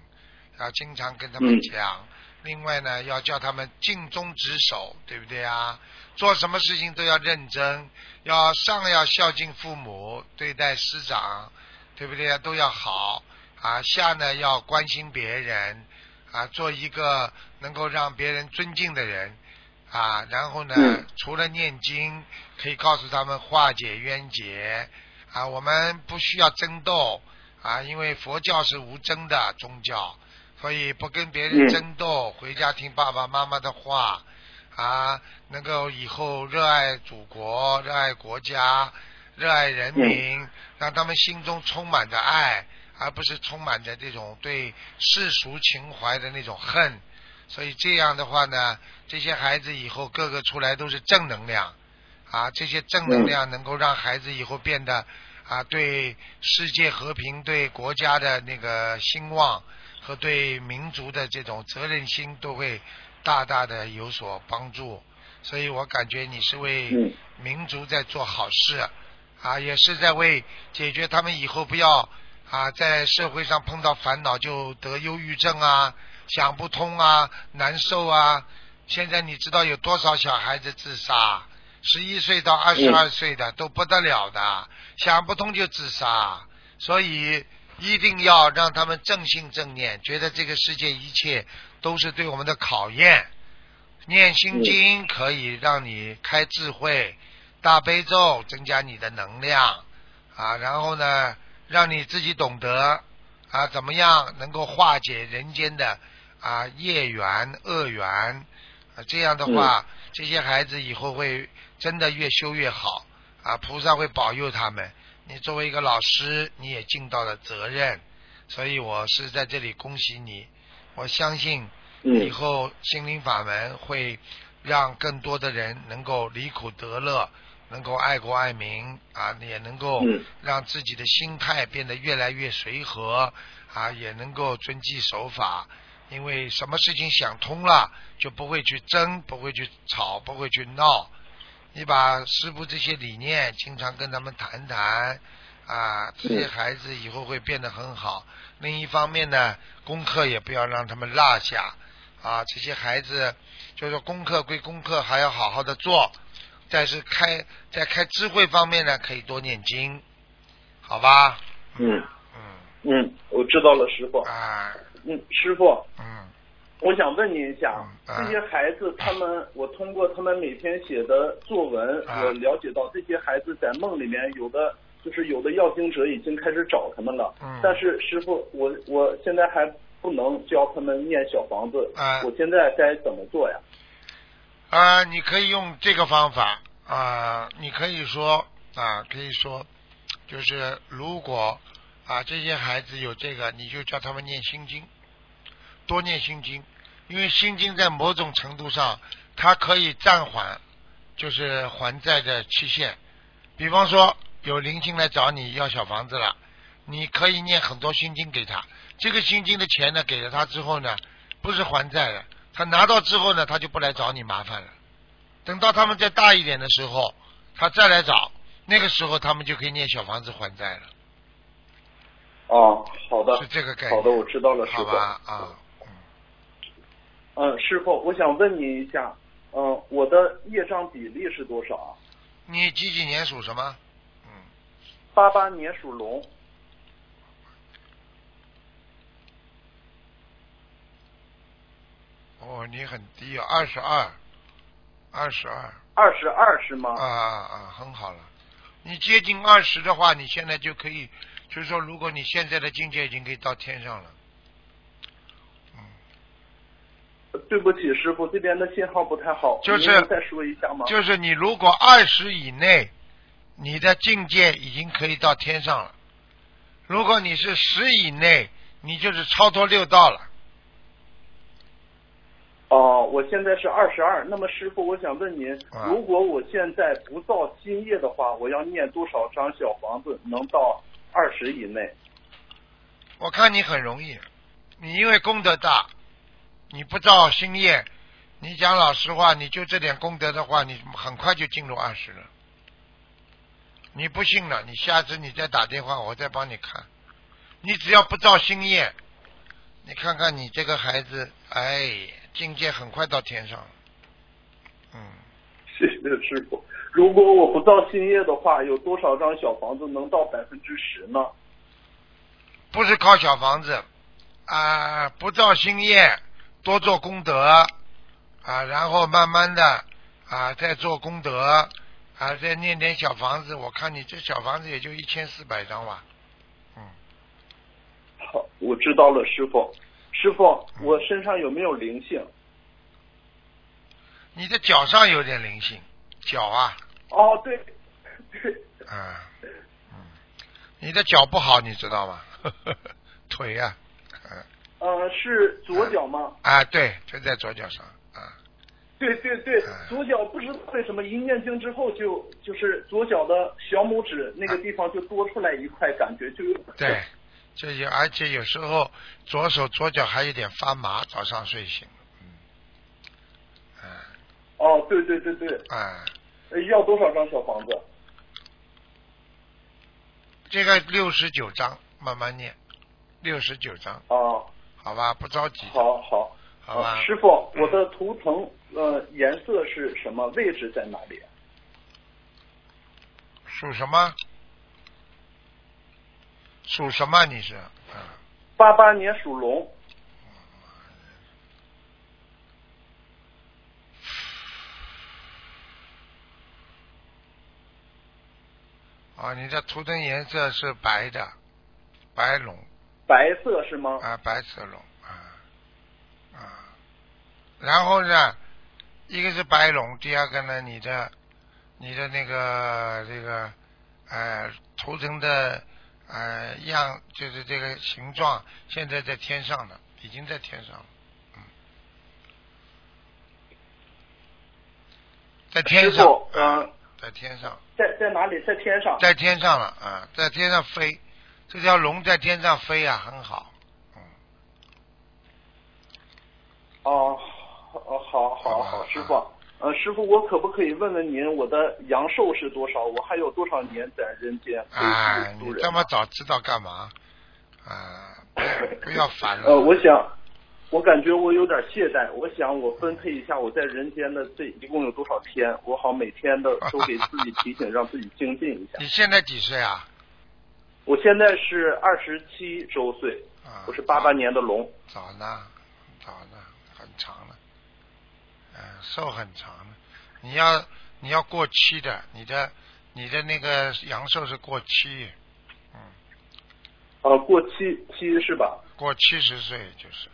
B: 要经常跟他们
H: 嗯
B: 讲。另外呢，要叫他们尽忠职守，对不对啊？做什么事情都要认真，要上要孝敬父母，对待师长，对不对啊？都要好啊，下呢要关心别人啊，做一个能够让别人尊敬的人啊。然后呢，
H: 嗯
B: 除了念经，可以告诉他们化解冤结啊，我们不需要争斗啊，因为佛教是无争的宗教，所以不跟别
H: 嗯
B: 人争斗，回家听爸爸妈妈的话啊，能够以后热爱祖国、热爱国家、热爱人民，让他们心中充满着爱，而不是充满着这种对世俗情怀的那种恨。所以这样的话呢，这些孩子以后个个出来都是正能量啊，这些正能量能够让孩子以后变得啊，对世界和平、对国家的那个兴旺和对民族的这种责任心都会大大的有所帮助。所以我感觉你是为
H: 嗯
B: 民族在做好事，啊，也是在为解决他们以后不要啊在社会上碰到烦恼就得忧郁症啊、想不通啊、难受啊。现在你知道有多少小孩子自杀？十一岁到二十二岁的、都不得了的，想不通就自杀。所以一定要让他们正信正念，觉得这个世界一切都是对我们的考验。念心经可以让你开智慧，大悲咒增加你的能量啊，然后呢，让你自己懂得啊，怎么样能够化解人间的啊业缘恶缘啊，这样的话，这些孩子以后会真的越修越好啊，菩萨会保佑他们。你作为一个老师，你也尽到了责任，所以我是在这里恭喜你，我相信
H: 嗯
B: 以后心灵法门会让更多的人能够离苦得乐，能够爱国爱民啊，也能够
H: 嗯
B: 让自己的心态变得越来越随和啊，也能够遵纪守法。因为什么事情想通了，就不会去争，不会去吵，不会去闹。你把师傅这些理念经常跟他们谈谈啊，这些孩子以后会变得很好。另一方面呢，功课也不要让他们落下啊。这些孩子就是说功课归功课，还要好好的做。但是开在开智慧方面呢，可以多念经，好吧？
H: 嗯嗯，我知道了，师傅。
B: 啊，
H: 嗯，师傅，
B: 嗯，
H: 我想问您一下，
B: 嗯
H: 这些孩子他们，我通过他们每天写的作文，
B: 啊
H: 我了解到这些孩子在梦里面有的。就是有的要经者已经开始找他们了，
B: 嗯
H: 但是师傅，我我现在还不能教他们念小房子，
B: 啊
H: 我现在该怎么做呀？
B: 啊，你可以用这个方法啊，你可以说啊，可以说，就是如果啊这些孩子有这个，你就叫他们念心经，多念心经，因为心经在某种程度上，它可以暂缓，就是还债的期限。比方说有灵性来找你要小房子了，你可以念很多心经给他，这个心经的钱呢给了他之后呢，不是还债的，他拿到之后呢，他就不来找你麻烦了。等到他们再大一点的时候，他再来找，那个时候他们就可以念小房子还债了，
H: 哦，好的，
B: 是这个概念。
H: 好的，我知道了，师
B: 好
H: 傅。
B: 吧啊，
H: 嗯，师傅，我想问您一下，嗯，我的业障比例是多少啊？
B: 你几几年属什么？嗯，
H: 八八年属龙，
B: 哦，你很低啊，二十二，二十二
H: 二十二是吗？
B: 啊啊，很好了。你接近二十的话，你现在就可以，就是说，如果你现在的境界已经可以到天上了。
H: 对不起，师傅，这边的信号不太好，
B: 就是
H: 您能再说一下吗？
B: 就是你如果二十以内，你的境界已经可以到天上了；如果你是十以内，你就是超脱六道了。
H: 哦，我现在是二十二。那么师傅，我想问您
B: 啊，
H: 如果我现在不造新业的话，我要念多少张小房子能到二十以内？
B: 我看你很容易，你因为功德大，你不造新业，你讲老实话，你就这点功德的话，你很快就进入二十了。你不信了，你下次你再打电话，我再帮你看。你只要不造新业，你看看你这个孩子，哎，境界很快到天上了。嗯，
H: 谢谢师傅。如果我不造新业的话，有多少张小房子能到百分之十呢？
B: 不是靠小房子啊、不造新业，多做功德啊、然后慢慢的啊、再做功德啊、再念点小房子。我看你这小房子也就一千四百张吧。
H: 好，我知道了，师傅。师傅，我身上有没有灵性？
B: 你的脚上有点灵性，脚啊，
H: 哦，对，对，
B: 啊、嗯，你的脚不好，你知道吗？ 腿呀、
H: 呃，是左脚吗？
B: 啊，啊，对，就在左脚上啊。
H: 对对对
B: 嗯，
H: 左脚不知道为什么一念经之后就就是左脚的小拇指那个地方就多出来一块，感觉就有
B: 对，这有，而且有时候左手左脚还有点发麻，早上睡醒，嗯，
H: 哦，对对对对，
B: 哎、哎，
H: 呃要多少张小房子？
B: 这个六十九章慢慢念，六十九章，
H: 啊，
B: 好吧，不着急，
H: 好好，
B: 好吧嗯
H: 啊，师傅，我的图腾呃颜色是什么？位置在哪里？
B: 属什么？属什么？你是？嗯，
H: 八八年属龙，
B: 啊，你的图腾颜色是白的，白龙
H: 白色是吗？
B: 啊，白色龙啊啊，然后呢，一个是白龙，第二个呢，你的你的那个这个呃图腾的呃样，就是这个形状，现在在天上了，已经在天上了，嗯，在天
H: 师
B: 上
H: 傅，，嗯、
B: 在天上，
H: 在在哪里？在天上。
B: 在天上了啊，在天上飞，这条龙在天上飞啊，很好，
H: 哦，好好好好，
B: 嗯
H: 师傅，呃，师傅，我可不可以问问您，我的阳寿是多少？我还有多少年在人间可以
B: 哎，
H: 度
B: 你
H: 度人？
B: 这么早知道干嘛？啊，不要烦了。
H: 呃，我想，我感觉我有点懈怠，我想我分配一下我在人间的这一共有多少天，我好每天的都给自己提醒，让自己精进一下。
B: 你现在几岁啊？
H: 我现在是二十七周岁，
B: 啊，
H: 我是八八年的龙。
B: 早呢，早呢，很长了，嗯、寿很长了。你要你要过期的，你的你的那个阳寿是过期，
H: 呃，过七七是吧？
B: 过七十岁就是。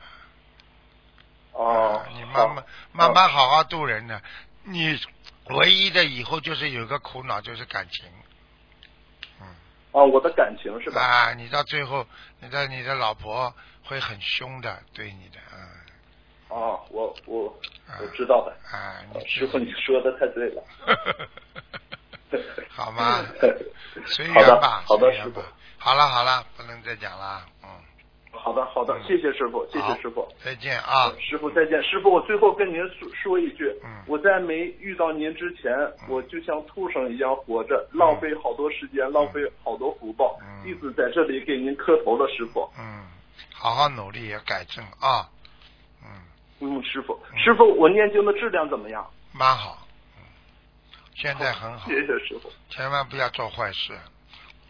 H: 哦、
B: 啊你慢慢慢慢好好度人呢。你唯一的以后就是有一个苦恼，就是感情。
H: 哦、我的感情是吧？
B: 啊，你到最后，你的你的老婆会很凶的对你的，嗯
H: 哦，我我我知道的。
B: 啊，你
H: 师傅，你说的太对了。
B: 好吗？随
H: 好
B: 缘
H: 的
B: 吧，
H: 好的
B: 随缘
H: 师傅
B: 吧。好了好了，不能再讲了，嗯，
H: 好的，好的，谢谢师傅，谢谢师傅。嗯
B: 再见啊。
H: 师傅再见，师傅，我最后跟您说说一句，
B: 嗯
H: 我在没遇到您之前，我就像畜生一样活着，浪费好多时间，浪费好多福报。弟子在这里给您磕头了，师傅。
B: 嗯，好好努力，要改正啊，
H: 嗯，师傅，师傅，我念经的质量怎么样？
B: 蛮好。嗯，现在很好
H: 谢，谢师傅。
B: 千万不要做坏事。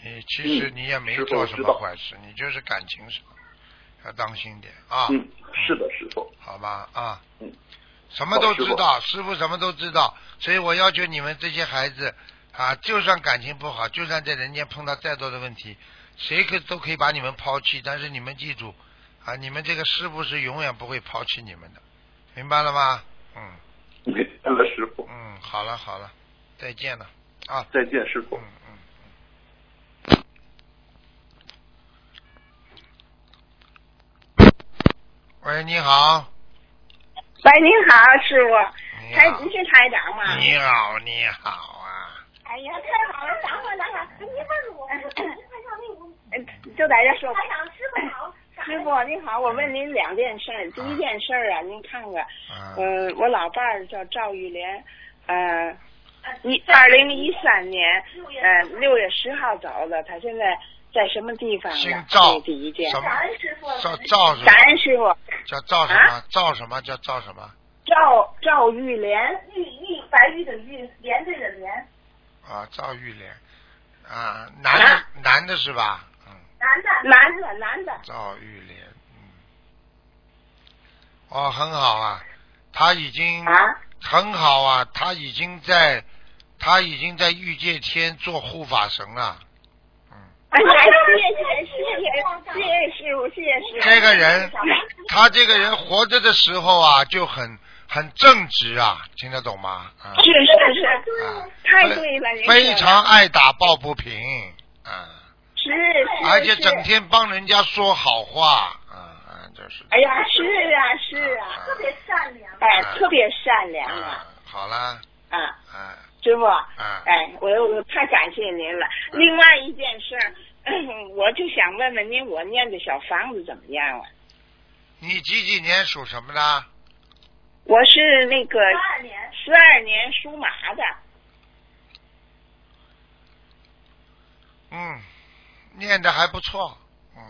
B: 你其实
H: 嗯
B: 你也没
H: 师傅
B: 做
H: 我
B: 什
H: 知
B: 么
H: 道
B: 坏事，你就是感情上要当心点啊。
H: 嗯，是的，师傅。
B: 好吧啊，
H: 嗯，
B: 什么都知道，师傅什么都知道，所以我要求你们这些孩子啊，就算感情不好，就算在人间碰到再多的问题，谁可都可以把你们抛弃，但是你们记住啊，你们这个师傅是永远不会抛弃你们的，明白了吗？嗯
H: 没见了，师傅。
B: 嗯，好了好了，再见了啊，
H: 再见，师傅
B: 嗯。嗯嗯。喂，你好，
I: 喂，您好，师傅，
B: 你
I: 台
B: 好
I: 你。是台长吗？
B: 你好，你好啊！
I: 哎呀，太好了，咱们咱俩，你问我，哎就在这说。台长，师傅好。师傅您好，我问您两件事儿。第一件事儿啊，您看看，
B: 啊，
I: 嗯、我老伴儿叫赵玉莲，呃，
J: 啊
I: 一二零一三年，呃，六月十号走的，他现在在什么地方
B: 姓
I: 呢？
B: 赵，
I: 这第一件
B: 什。么？赵赵什么
I: 感？恩师傅，
B: 叫赵什么？
I: 啊
B: 赵什么叫赵什么？
I: 赵赵玉莲，
J: 玉玉白玉的玉，连队的连，
B: 啊，赵玉莲。啊，男的男的是吧？嗯，
J: 男的
I: 男的男的，
B: 赵玉莲。嗯，哦，很好啊，他已经
I: 啊
B: 很好啊，他已经在他已经在玉界天做护法神啊了。
I: 哎呀，谢谢谢谢谢谢师傅，谢谢师傅。
B: 这个人，他这个人活着的时候啊，就很很正直啊，听得懂吗？啊
I: 是是是，
B: 啊，
I: 太对了，您
B: 非
I: 说的
B: 常爱打抱不平啊，
I: 是是，
B: 而且
I: 是
B: 整天帮人家说好话啊，啊就是
I: 哎呀，是啊是啊，
B: 啊
J: 特别善良。
I: 哎，特别善良啊
B: 啊，好啦，
I: 啊，
B: 啊
I: 师傅，
B: 啊，
I: 哎，我我太感谢您了。另外一件事儿， 我就想问问您，我念的小房子怎么样啊了？
B: 你几几年属什么的？
I: 我是那个
J: 十二年，
I: 十二年属马的，
B: 嗯，念的还不错，嗯，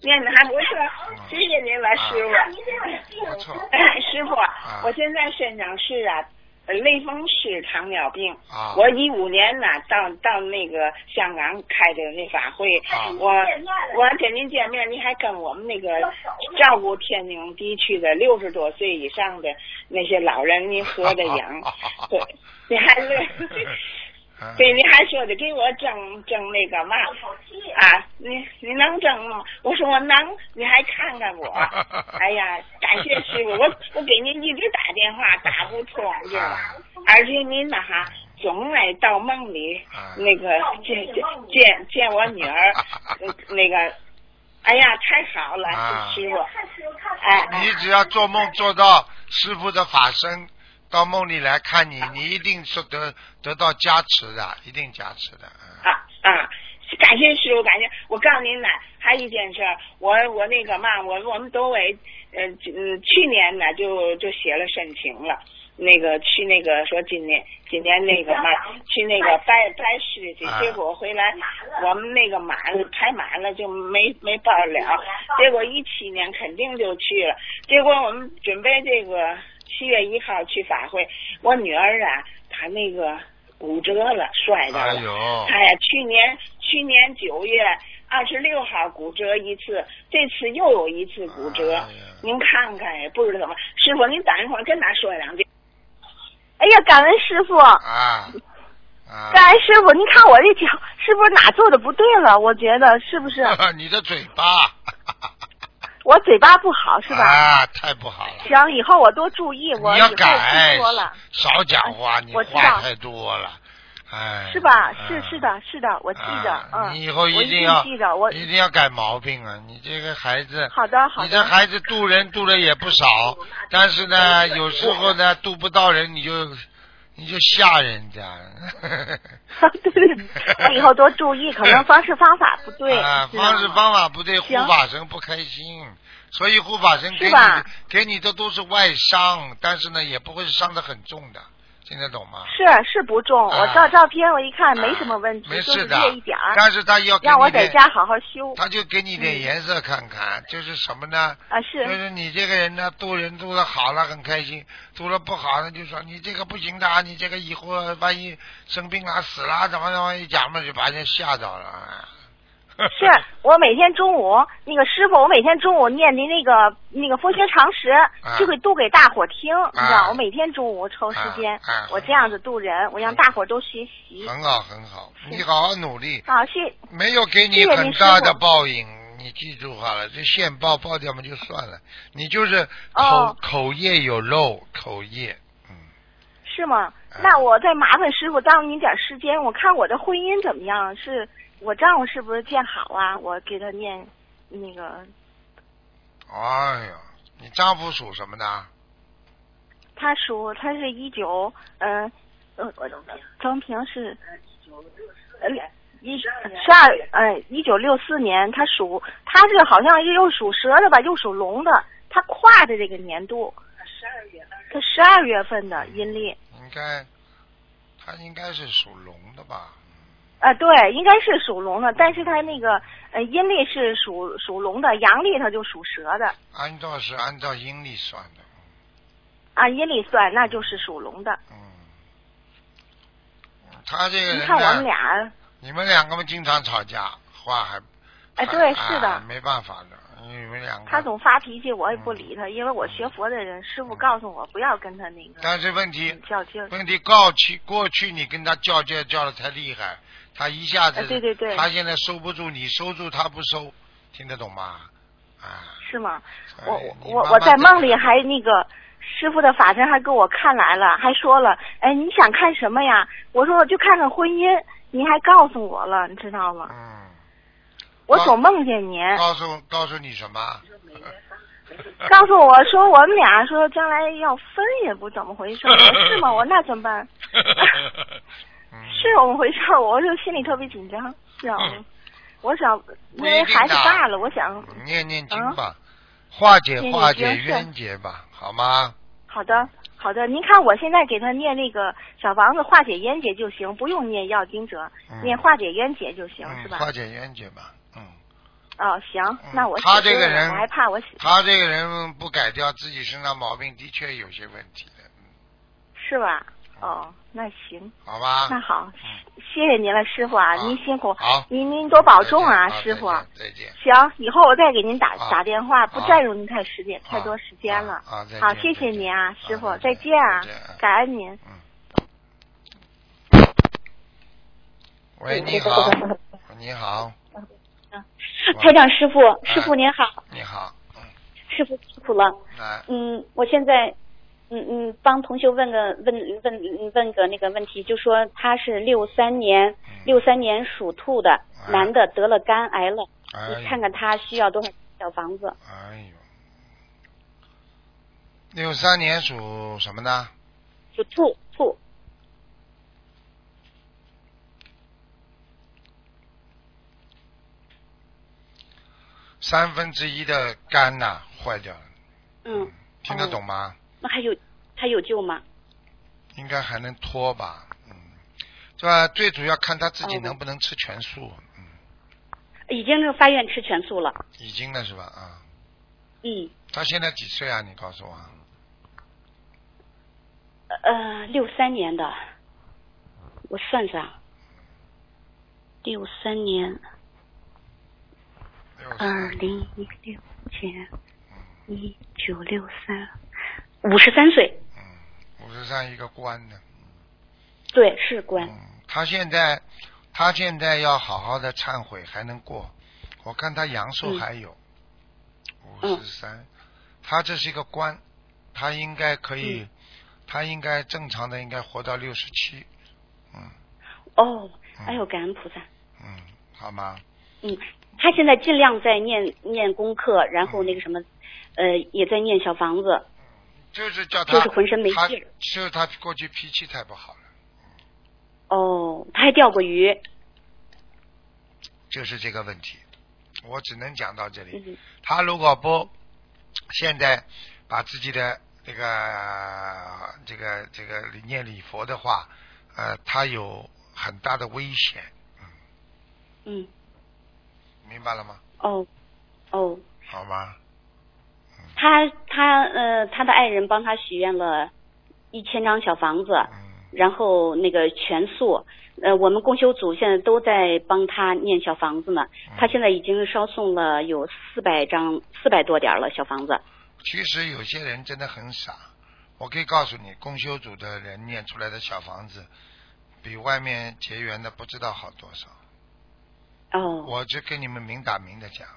I: 念的还不错，谢谢您了，
B: 啊
I: 师傅。
J: 您这有病，
B: 不错
I: 哎，师傅，我现在身上是啊，呃类风湿糖尿病。
B: 啊，
I: 我一五年呢，到到那个香港开的那法会，
B: 啊，
I: 我我跟您见面，您还跟我们那个照顾天津地区的六十多岁以上的那些老人，您合着养 对，您还是
B: 嗯。
I: 对，您还说的给我争争那个嘛
J: 口气。
I: 啊，你你能争吗？我说我能，你还看看我哎呀，感谢师傅，我我给您一直打电话打不通，知道吧？ 而且您呢哈，总爱到梦里
B: 啊
I: 那个见见见见我女儿，呃那个，哎呀，太好了，
B: 啊
I: 师傅，
J: 看师傅看
I: 哎，哎
B: 你只要做梦做到师傅的法身，到梦里来看你，你一定是得得到加持的，一定加持的。嗯
I: 啊啊！感谢师傅，感谢。我告诉您呢，还有一件事儿，我我那个嘛，我我们都为呃嗯去年呢就就写了申请了，那个去那个说今年今年那个嘛去那个拜拜师去，结果回来我们那个满排满了就没没报了，结果一七年肯定就去了，结果我们准备这个七月一号去法会，我女儿啊她那个骨折了，摔着了。
B: 哎 呦，
I: 哎呀，去年去年九月二十六号骨折一次，这次又有一次骨折，
B: 哎
I: 您看看也不知道怎么。师傅，您等一会儿跟咱说两句。
G: 哎呀，感恩师傅，
B: 啊啊！
G: 感恩师傅，您看我这脚是不是哪做的不对了？我觉得是不 是
B: 你的嘴巴
G: 我嘴巴不好 是吧？
B: 啊，太不好了，
G: 行，以后我多注意，我
B: 你
G: 以
B: 要
G: 后
B: 改
G: 不说了，，啊
B: 少讲话，你
G: 我知
B: 话
G: 道
B: 太多了，哎，
G: 是吧？
B: 嗯
G: 是是的，是的，我记着
B: 啊，
G: 嗯，
B: 你以后
G: 我
B: 一
G: 一
B: 定要
G: 记着，我
B: 一定要改毛病啊！你这个孩子，
G: 好的好
B: 你这
G: 的，
B: 孩子渡人渡的也 不少，但是呢，有时候呢渡不到人，你就你就吓人家。
G: 对 对哎对，我以后多注意，可能方式方法不对，
B: 啊，
G: 知道吗
B: 方式方法不对，护
G: 行
B: 法神不开心，所以护法神给
G: 是
B: 你
G: 吧
B: 给你的都是外伤，但是呢，也不会伤得很重的，听得懂吗？
G: 是是不重，
B: 啊
G: 我照照片我一看没什么问题，
B: 没
G: 就
B: 事
G: 是
B: 的
G: 裂一点儿，
B: 但是他要给
G: 让我
B: 你
G: 在
B: 点，
G: 家好好修嗯
B: 他就给你点颜色看看，就是什么呢？
G: 啊，
B: 就是是你这个人呢，渡人渡的好了很开心，渡了不好呢，就说你这个不行的啊，你这个以后万一生病啦、死啦，怎么怎么一讲嘛，就把人吓着了。啊
G: 是我每天中午那个师傅，我每天中午念您那个那个佛学常识，就给读给大伙听，你知道？我每天中午抽时间，
B: 啊啊啊
G: 我这样子度人，我让大伙都学习
B: 很好，很好，你好好努力，
G: 啊。谢
B: 没有给你
G: 谢谢
B: 很
G: 您师
B: 大
G: 傅
B: 的报应，你记住好了，这现报报掉嘛就算了，你就是口、
G: 哦
B: 口业有漏，口业，嗯，
G: 是吗
B: 啊？
G: 那我再麻烦师傅耽误您点时间，我看我的婚姻怎么样？是我丈夫是不是见好啊？我给他念那个，
B: 哎呦，你丈夫属什么的？
G: 他属他是一九嗯呃，张平是呃一十二呃一九六四年，他属他是好像是又属蛇的吧，又属龙的，他跨的这个年度。他十二月份的呃阴历，
B: 应该，他应该是属龙的吧？
G: 啊，对，应该是属龙的，但是他那个呃阴历是属属龙的，阳历他就属蛇的，
B: 按照是按照阴历算的，
G: 按阴历算那就是属龙的。
B: 嗯，嗯他这个
G: 您
B: 人
G: 看我们
B: 呢，
G: 俩，
B: 你们两个嘛经常吵架，话还，
G: 哎
B: 还
G: 对是的
B: 哎没办法的，你们两个。
G: 他总发脾气，我也
B: 嗯
G: 不理他，因为我学佛的人，师傅告诉我不要跟他那个嗯
B: 但是问题，
G: 较劲儿。
B: 问题告去过去你跟他较劲儿较的太厉害，他一下子，
G: 哎对对对
B: 他现在收不住你，收住他不收，听得懂吗？啊，
G: 是吗？
B: 所以
G: 我
B: 你
G: 我
B: 慢
G: 我
B: 慢
G: 在
B: 地
G: 梦里还那个师傅的法身还给我看来了，还说了，哎，你想看什么呀？我说我就看看婚姻，您还告诉我了，你知道吗？
B: 嗯。
G: 我
B: 告
G: 总梦见您，
B: 告诉告诉你什么？
G: 告诉我说我们俩说将来要分，也不怎么回事儿，我说是吗？我那怎么办？
B: 嗯
G: 是怎么回事儿？我就心里特别紧张，知道吗？我想，因
B: 不一
G: 为
B: 定
G: 孩子
B: 的
G: 大了，我想，
B: 念念经吧，化解
G: 嗯念念
B: 化解
G: 经是
B: 冤结吧，好吗？
G: 好的，好的，您看我现在给他念那个小房子化解冤结就行，不用念药经者，
B: 嗯
G: 念化解冤结就行，
B: 嗯
G: 是，吧？
B: 化解冤结吧，嗯。
G: 哦，行，那我
B: 他
G: 写
B: 这个
G: 对了
B: 人
G: 我还怕我写
B: 他这个人不改掉自己身上毛病，的确有些问题的，嗯
G: 是吧？哦，那行，
B: 好吧？
G: 那好
B: 嗯，
G: 谢谢您了，师傅啊，
B: 好
G: 您辛苦，
B: 好，
G: 您您多保
B: 再
G: 重
B: 见
G: 啊，
B: 好
G: 师傅。
B: 再见再见，
G: 行，以后我再给您打
B: 啊
G: 打电话，不
B: 啊
G: 占用您太时间
B: 啊
G: 太多时间了。
B: 啊啊再
G: 好，
B: 见
G: 谢谢
B: 再见
G: 您啊，师
B: 啊
G: 傅，
B: 再
G: 再
B: 见
G: 见啊
B: 再见啊，
G: 感恩您。
B: 喂，
K: 嗯
B: 你好，你好，
K: 台长师傅，师傅
B: 哎
K: 您好，
B: 你好，嗯
K: 师傅辛苦了。
B: 来，
K: 嗯，我现在，嗯嗯，帮同学问个问问问个那个问题，就说他是六三年，六三年属兔的
B: 嗯哎
K: 男的得了肝癌了，
B: 哎呦
K: 你看看他需要多少小房子？
B: 哎呦，六三年属什么呢？
K: 就兔兔，
B: 三分之一的肝呐、坏掉了，
K: 嗯，
B: 听得懂吗？
K: 那还有还有救吗？
B: 应该还能拖吧，嗯，是吧？最主要看他自己能不能吃全素，
K: 已经那个发愿吃全素了，
B: 已经了是吧？啊，
K: 嗯，
B: 他现在几岁啊？你告诉我啊，
K: 呃，六三年的，我算算，六三年，二零一六年，一九六三，五十三岁，
B: 五十三一个官的，
K: 对，是关，
B: 嗯他现在他现在要好好的忏悔还能过，我看他阳
K: 嗯
B: 寿还有五十三，他这是一个官，他应该可
K: 嗯
B: 以，他应该正常的应该活到六十七，嗯
K: 哦，哎呦，感恩菩萨，
B: 好吗？
K: 嗯，他现在尽量在念念功课，然后那个什么，呃，也在念小房子，
B: 就是叫他，
K: 就是浑身没劲
B: 他
K: 儿
B: 就是他过去脾气太不好了，
K: 哦，他还钓过鱼，
B: 就是这个问题。我只能讲到这里。
K: 嗯
B: 他如果不现在把自己的这个这个这个念礼佛的话，呃，他有很大的危险，
K: 嗯，
B: 明白了吗？
K: 哦，哦，
B: 好吗？
K: 他他呃，他的爱人帮他许愿了一千张小房
B: 嗯
K: 子，然后那个全素，呃，我们共修组现在都在帮他念小房子呢。
B: 嗯
K: 他现在已经烧送了有四百张，四百多点儿了小房子。哦
B: 其实有些人真的很傻，我可以告诉你，公修组的人念出来的小房子，比外面结缘的不知道好多少。
K: 哦，
B: 我就跟你们明打明的讲。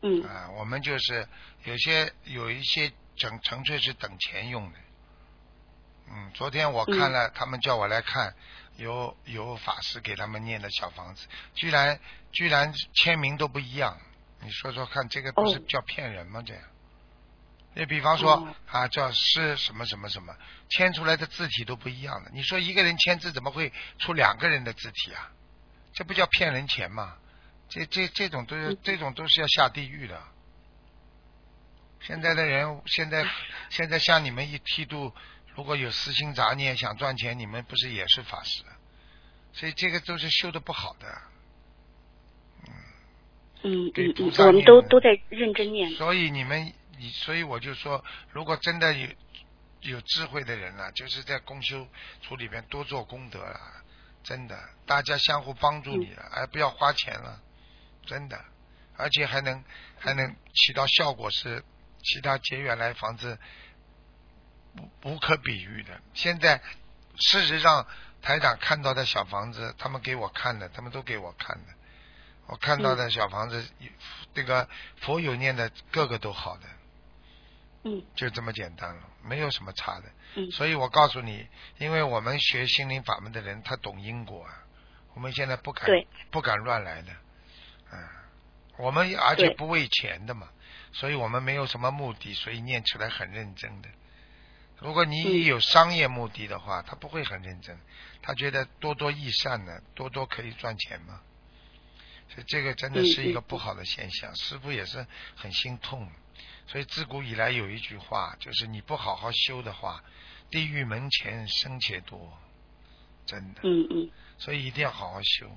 K: 嗯
B: 啊，我们就是有些有一些纯纯粹是等钱用的。嗯，昨天我看了，他们叫我来看，有有法师给他们念的小房子，居然居然签名都不一样，你说说看，这个不是叫骗人吗？这样。你比方说、
L: 哦
B: 啊，叫是什么什么什么，签出来的字体都不一样的。你说一个人签字怎么会出两个人的字体啊？这不叫骗人钱吗？这这这种都是这种都是要下地狱的。现在的人，现在现在像你们一剃度，如果有私心杂念想赚钱，你们不是也是法师？所以这个都是修的不好的。
K: 嗯
B: 给
K: 嗯
B: 菩
K: 嗯，
B: 萨
K: 我们
B: 念
K: 都
B: 的
K: 都在认真念。
B: 所以你们，你所以我就说，如果真的有有智慧的人呢、啊就是在公修组里边多做功德了，真的，大家相互帮助你了，而不要花钱了，真的，而且还能还能起到效果是其他结缘来房子无无可比喻的。现在事实上，台长看到的小房子，他们给我看的，他们都给我看的。我看到的小房子，这个佛友念的个个都好的，
K: 嗯，
B: 就这么简单了，没有什么差的。
K: 嗯
B: 所以我告诉你，因为我们学心灵法门的人，他懂因果啊，我们现在不敢
K: 对
B: 不敢乱来的，嗯，我们而且
K: 对
B: 不为钱的嘛，所以我们没有什么目的，所以念起来很认真的。如果你
K: 嗯
B: 一有商业目的的话，他不会很认真，他觉得多多益善呢，多多可以赚钱嘛。所以这个真的
K: 嗯
B: 是一个不好的现象，师傅也是很心痛。所以自古以来有一句话，就是你不好好修的话，地狱门前生且多，真的。
K: 嗯嗯。
B: 所以一定要好好修。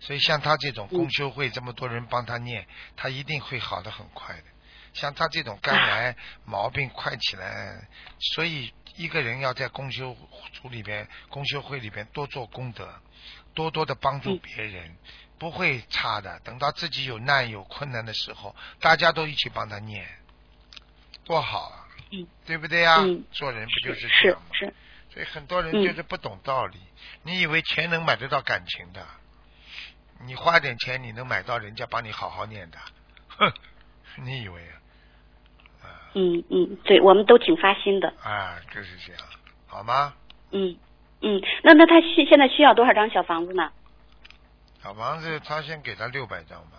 B: 所以像他这种公修会，这么多人帮他念，他一定会好的很快的。像他这种肝
K: 啊
B: 癌毛病快起来，所以一个人要在公修组里边、公修会里边多做功德，多多的帮助别人，
K: 嗯
B: 不会差的。等到自己有难有困难的时候，大家都一起帮他念，多好啊！
K: 嗯，
B: 对不对呀、
K: 嗯
B: 做人不就是这
K: 是
B: 样吗？
K: 是，
B: 所以很多人就是不懂道理，你以为钱能买得到感情的，你花点钱你能买到人家帮你好好念的，哼，你以为啊？
K: 嗯嗯，对，我们都挺发心的。
B: 啊，就是这样，好吗？
K: 嗯嗯，那那他现现在需要多少张小房子呢？
B: 小房子他先给他六百张吧，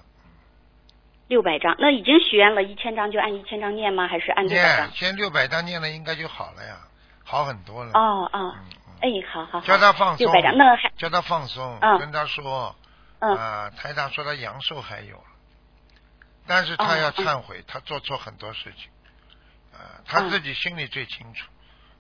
K: 六百张，那已经许愿了一千张，就按一千张念吗？还是按六百
B: 念
K: 张？
B: 先六百张念了应该就好了呀，好很多了。嗯
K: 哦哦，哎，好好好，
B: 叫他放松
K: 六百张，那还，
B: 叫他放松，
K: 嗯
B: 跟他说，
K: 嗯
B: 啊，台长说他阳寿还有了，但是他
K: 哦
B: 要
K: 嗯
B: 忏悔，他做错很多事情，啊，他自己心里最清楚，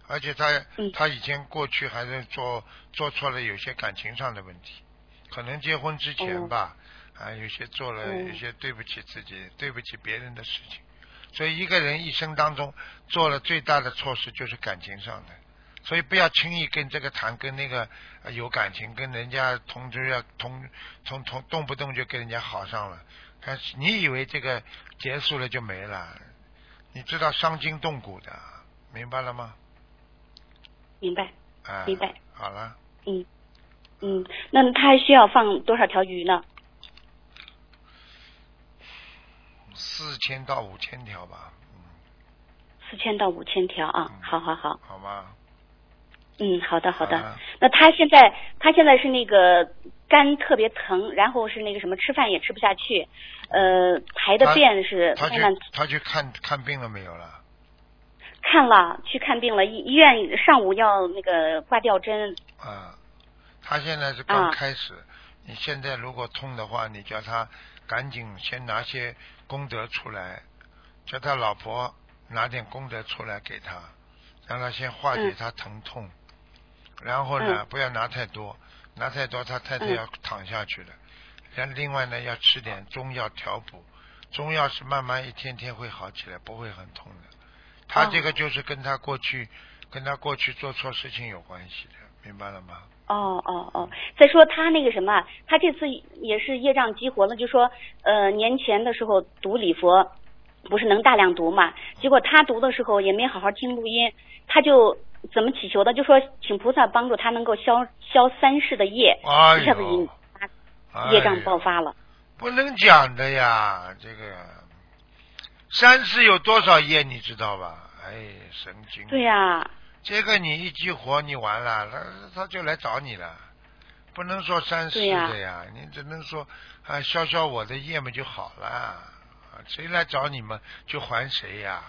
B: 而且他
K: 嗯
B: 他以前过去还是做做错了有些感情上的问题，可能结婚之前
K: 哦
B: 吧，啊，有些做了
L: 嗯
B: 有些对不起自己、对不起别人的事情，所以一个人一生当中做了最大的错事就是感情上的。所以不要轻易跟这个谈，跟那个、呃有感情，跟人家同居要同同同动不动就跟人家好上了。但是你以为这个结束了就没了，你知道伤筋动骨的，明白了吗？
K: 明白，
B: 啊，
K: 明白。
B: 好了，
K: 嗯嗯，那他还需要放多少条鱼呢？
B: 四千到五千条吧，嗯
K: 四千到五千条啊，好好好，
B: 好吧？
K: 嗯，好的好的。
B: 了
K: 那他现在他现在是那个肝特别疼，然后是那个什么吃饭也吃不下去，呃，排的
B: 他
K: 便是
B: 他
K: 太
B: 去
K: 难
B: 他去看看病了没有了？
K: 看了，去看病了，医医院上午要那个挂吊针，
B: 啊，他现在是刚
K: 啊
B: 开始。你现在如果痛的话，你叫他赶紧先拿些功德出来，叫他老婆拿点功德出来给他，让他先化解
L: 嗯
B: 他疼痛。然后呢，
L: 嗯
B: 不要拿太多，拿太多他太太
L: 嗯
B: 要躺下去了。然后另外呢，要吃点中药调补，中药是慢慢一天天会好起来，不会很痛的。
L: 啊
B: 他这个就是跟他过去、跟他过去做错事情有关系的，明白了吗？
K: 哦哦哦，再说他那个什么，他这次也是业障激活了，就说呃年前的时候读礼佛，不是能大量读嘛？结果他读的时候也没好好听录音，他就怎么祈求的？就说请菩萨帮助他能够消消三世的业，
B: 哎
K: 一下子
B: 呦，
K: 业障
B: 哎呦
K: 爆发了。
B: 不能讲的呀，这个三世有多少业你知道吧？哎，神经。
K: 对呀、
B: 这个你一激活，你完了，他他就来找你了。不能说三世
K: 对呀
B: 的呀，你只能说啊，消消我的业嘛就好了。啊谁来找你们就还谁呀，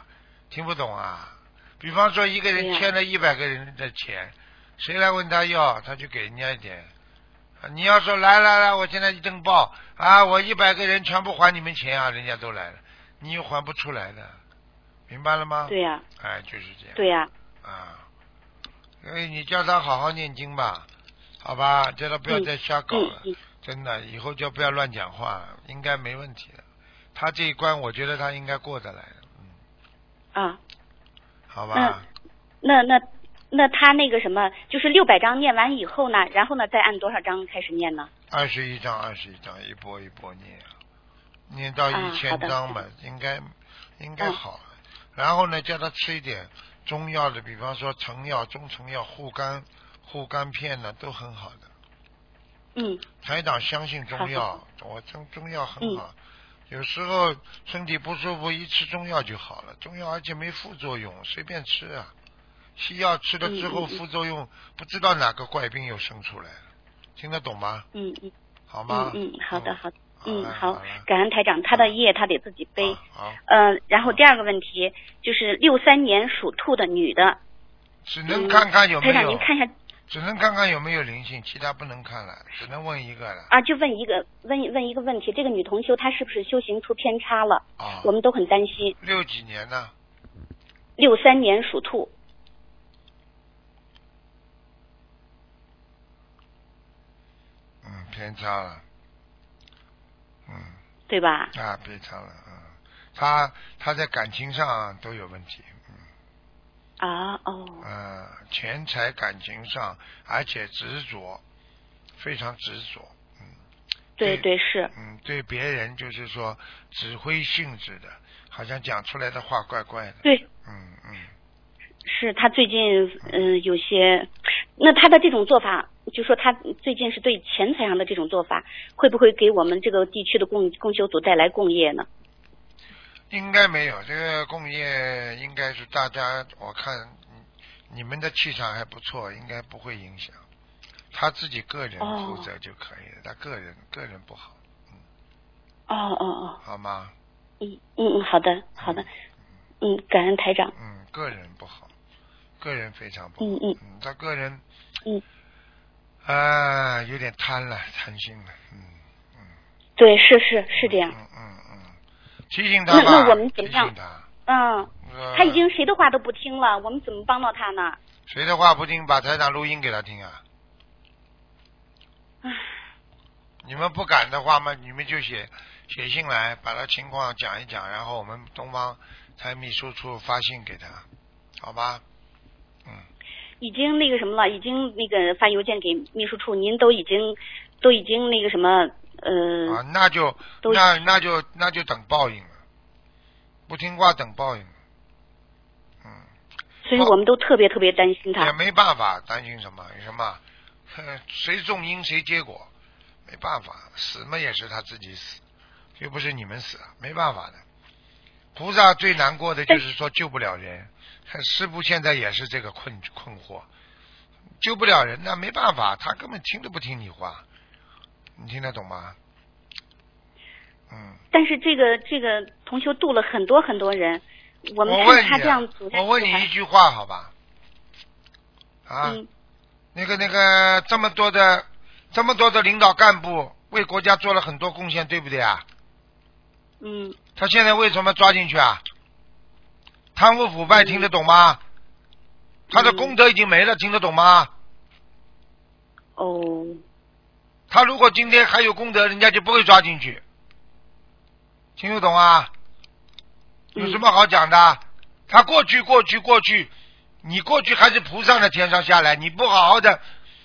B: 听不懂啊？比方说一个
L: 对
B: 人
L: 呀
B: 欠了一百个人的钱，谁来问他要，他就给人家一点。啊你要说来来来，我现在一顿报啊，我一百个人全部还你们钱啊，人家都来了，你又还不出来的，明白了吗？
K: 对呀、
B: 哎，就是这样。
K: 对呀、
B: 啊，因为你叫他好好念经吧，好吧，叫他不要
L: 嗯
B: 再瞎搞了，真的，以后就不要乱讲话，应该没问题的。他这一关，我觉得他应该过得来的，
K: 啊，
B: 好
L: 嗯
B: 吧？
K: 那那那他那个什么，就是六百章念完以后呢，然后呢再按多少章开始念呢？
B: 二十一章，二十一章，一波一波念，啊念到
L: 啊
B: 一千
L: 好的嗯
B: 章嘛，应该应该好了。然后呢，叫他吃一点中药的，比方说成药、中成药、护肝、护肝片呢，都很好的。
K: 嗯，
B: 台长相信中药，我中中药很
K: 嗯
B: 好。有时候身体不舒服，一吃中药就好了。中药而且没副作用，随便吃啊。西药吃了之后，
L: 嗯嗯嗯
B: 副作用不知道哪个怪病又生出来了，听得懂吗？
K: 嗯嗯
B: 好吗
K: 嗯？嗯，好的好的，嗯
B: 好了
K: 好
B: 好了，
K: 感恩台长，他的业他得自己背。
B: 好，
K: 嗯，然后第二个问题就是六三年属兔的女的，
B: 只能看看有没
K: 台长
B: 有
K: 您，看一下
B: 只能看看有没有灵性，其他不能看了，只能问一个了。
K: 啊，就问一个问问一个问题，这个女同修她是不是修行出偏差了？
B: 啊
K: 我们都很担心。
B: 六几年呢？
K: 六三年属兔，
B: 嗯，偏差了。嗯。
K: 对吧？
B: 啊，别唱了，嗯，他他在感情上都有问题，
K: 啊哦，
B: 嗯，钱财、感情上，而且执着，非常执着，
K: 对
B: 对
K: 对是，
B: 嗯，对别人就是说指挥性质的，好像讲出来的话怪怪的，
K: 对
B: 嗯嗯，
K: 是她最近嗯、呃有些，那她的这种做法，就说她最近是对钱财上的这种做法，会不会给我们这个地区的供供修组带来共业呢？
B: 应该没有这个共业，应该是大家我看你们的气场还不错，应该不会影响，他自己个人负责就可以了，他个人个人不好，
K: 哦哦哦，
B: 好吗？
K: 嗯嗯，好的好的，嗯，感恩台长，
B: 嗯，个人不好，个人非常不好。
K: 嗯嗯
B: 嗯，他个人
K: 嗯
B: 啊有点贪了，贪心了。嗯，
K: 对，是是是这样。
B: 嗯提醒他
K: 那
B: 吧。
K: 那我们怎么
B: 提醒
K: 样？嗯，
B: 呃
K: 他已经谁的话都不听了，我们怎么帮到他呢？
B: 谁的话不听，把台长录音给他听啊
K: 唉。
B: 你们不敢的话嘛，你们就写写信来，把他情况讲一讲，然后我们东方台秘书处发信给他，好吧？
K: 已经那个什么了，已经那个发邮件给秘书处，您都已经都已经那个什么，呃，
B: 啊，那就
K: 都
B: 那那就那就等报应了，不听话等报应，嗯
K: 所以我们都特别特别担心
B: 也
K: 他。
B: 没办法，担心什么？有什么？ 呵谁种因谁结果，没办法，死嘛也是他自己死，又不是你们死，啊没办法的。菩萨最难过的就是说救不了人，师傅现在也是这个困困惑，救不了人那没办法，他根本听都不听你话，你听得懂吗？嗯，
K: 但是这个这个同修度了很多很多人，我们看
B: 问你
K: 他
B: 啊，
K: 这样走下去
B: 我问你
K: 还
B: 一句话，好吧？啊，
K: 嗯
B: 那个那个，这么多的这么多的领导干部为国家做了很多贡献，对不对啊？
K: 嗯，
B: 他现在为什么抓进去啊？贪污腐
K: 嗯
B: 败听得懂吗？他的功德已经没了，听得懂吗？
K: 哦，
B: 他如果今天还有功德，人家就不会抓进去，听得懂啊？有什么好讲的？他过去过去过去，你过去还是菩萨的天上下来，你不好好的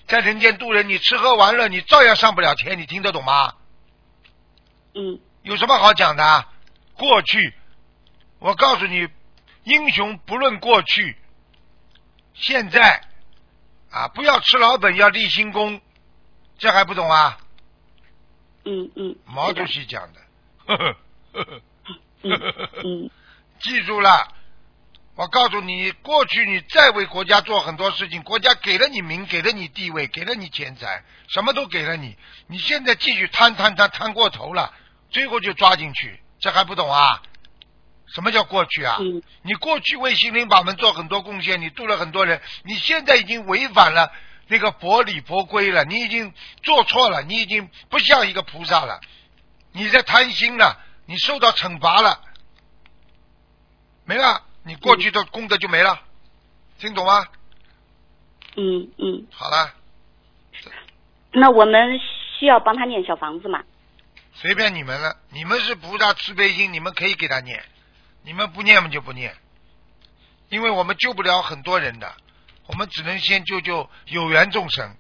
B: 在人间度人，你吃喝玩乐，你照样上不了天，你听得懂吗？
K: 嗯。
B: 有什么好讲的？过去，我告诉你，英雄不论过去，现在啊，不要吃老本，要立新功，这还不懂啊？
K: 嗯嗯。
B: 毛主席讲的，呵呵呵呵。
K: 嗯，
B: 记住了，我告诉你，过去你再为国家做很多事情，国家给了你名，给了你地位，给了你钱财，什么都给了你。你现在继续贪贪贪贪过头了，最后就抓进去，这还不懂啊？什么叫过去啊？你过去为心灵法门做很多贡献，你度了很多人，你现在已经违反了那个佛理佛规了，你已经做错了，你已经不像一个菩萨了，你在贪心了，你受到惩罚了。没了，你过去的功德就没了，听懂吗？
K: 嗯嗯。
B: 好了，
K: 那我们需要帮他念小房子嘛？
B: 随便你们了。你们是菩萨慈悲心，你们可以给他念，你们不念嘛就不念，因为我们救不了很多人的，我们只能先救救有缘众生。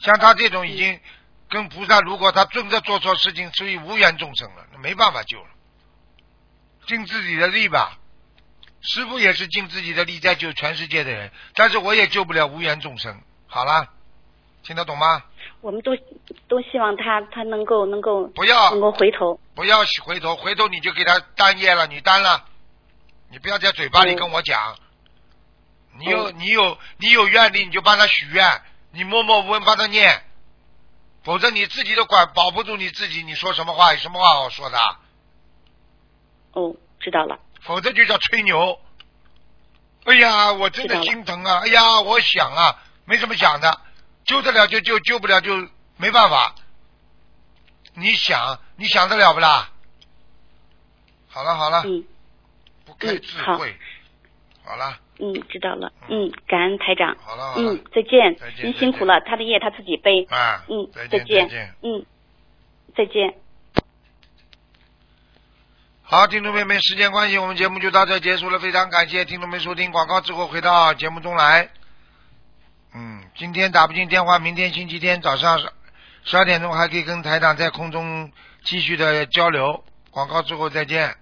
B: 像他这种已
K: 嗯
B: 经跟菩萨，如果他真的做错事情，属于无缘众生了，那没办法救了。尽自己的力吧，师傅也是尽自己的力在救全世界的人，但是我也救不了无缘众生。好了，听得懂吗？
K: 我们都都希望他他能够能够
B: 不要
K: 能够回头。
B: 不要回头，回头你就给他单业了，你单了，你不要在嘴巴里跟我讲。你有你有你有愿力，你就帮他许愿，你默默无闻帮他念，否则你自己都管保不住你自己，你说什么话有什么话好说的？啊
K: 哦，知道了。
B: 否则就叫吹牛。哎呀，我真的心疼啊！哎呀，我想啊，没什么想的，救得了就救，救不了就没办法。你想，你想得了不啦？好了好了，不开
K: 嗯
B: 智
K: 好
B: 慧，好了，
K: 嗯嗯，知道了。嗯，感恩台长。
B: 好了好了
K: 嗯，再见
B: 啊再。见
K: 您
B: 再
K: 辛苦
B: 见
K: 了，他的业他自己背。
B: 啊，
K: 嗯，
B: 再见
K: 再
B: 再见。
K: 嗯，再见。
B: 好，听众朋友们，时间关系，我们节目就到这儿结束了。非常感谢听众们收听，广告之后回到节目中来。嗯，今天打不进电话，明天星期天早上十二点钟还可以跟台长在空中继续的交流。广告之后再见。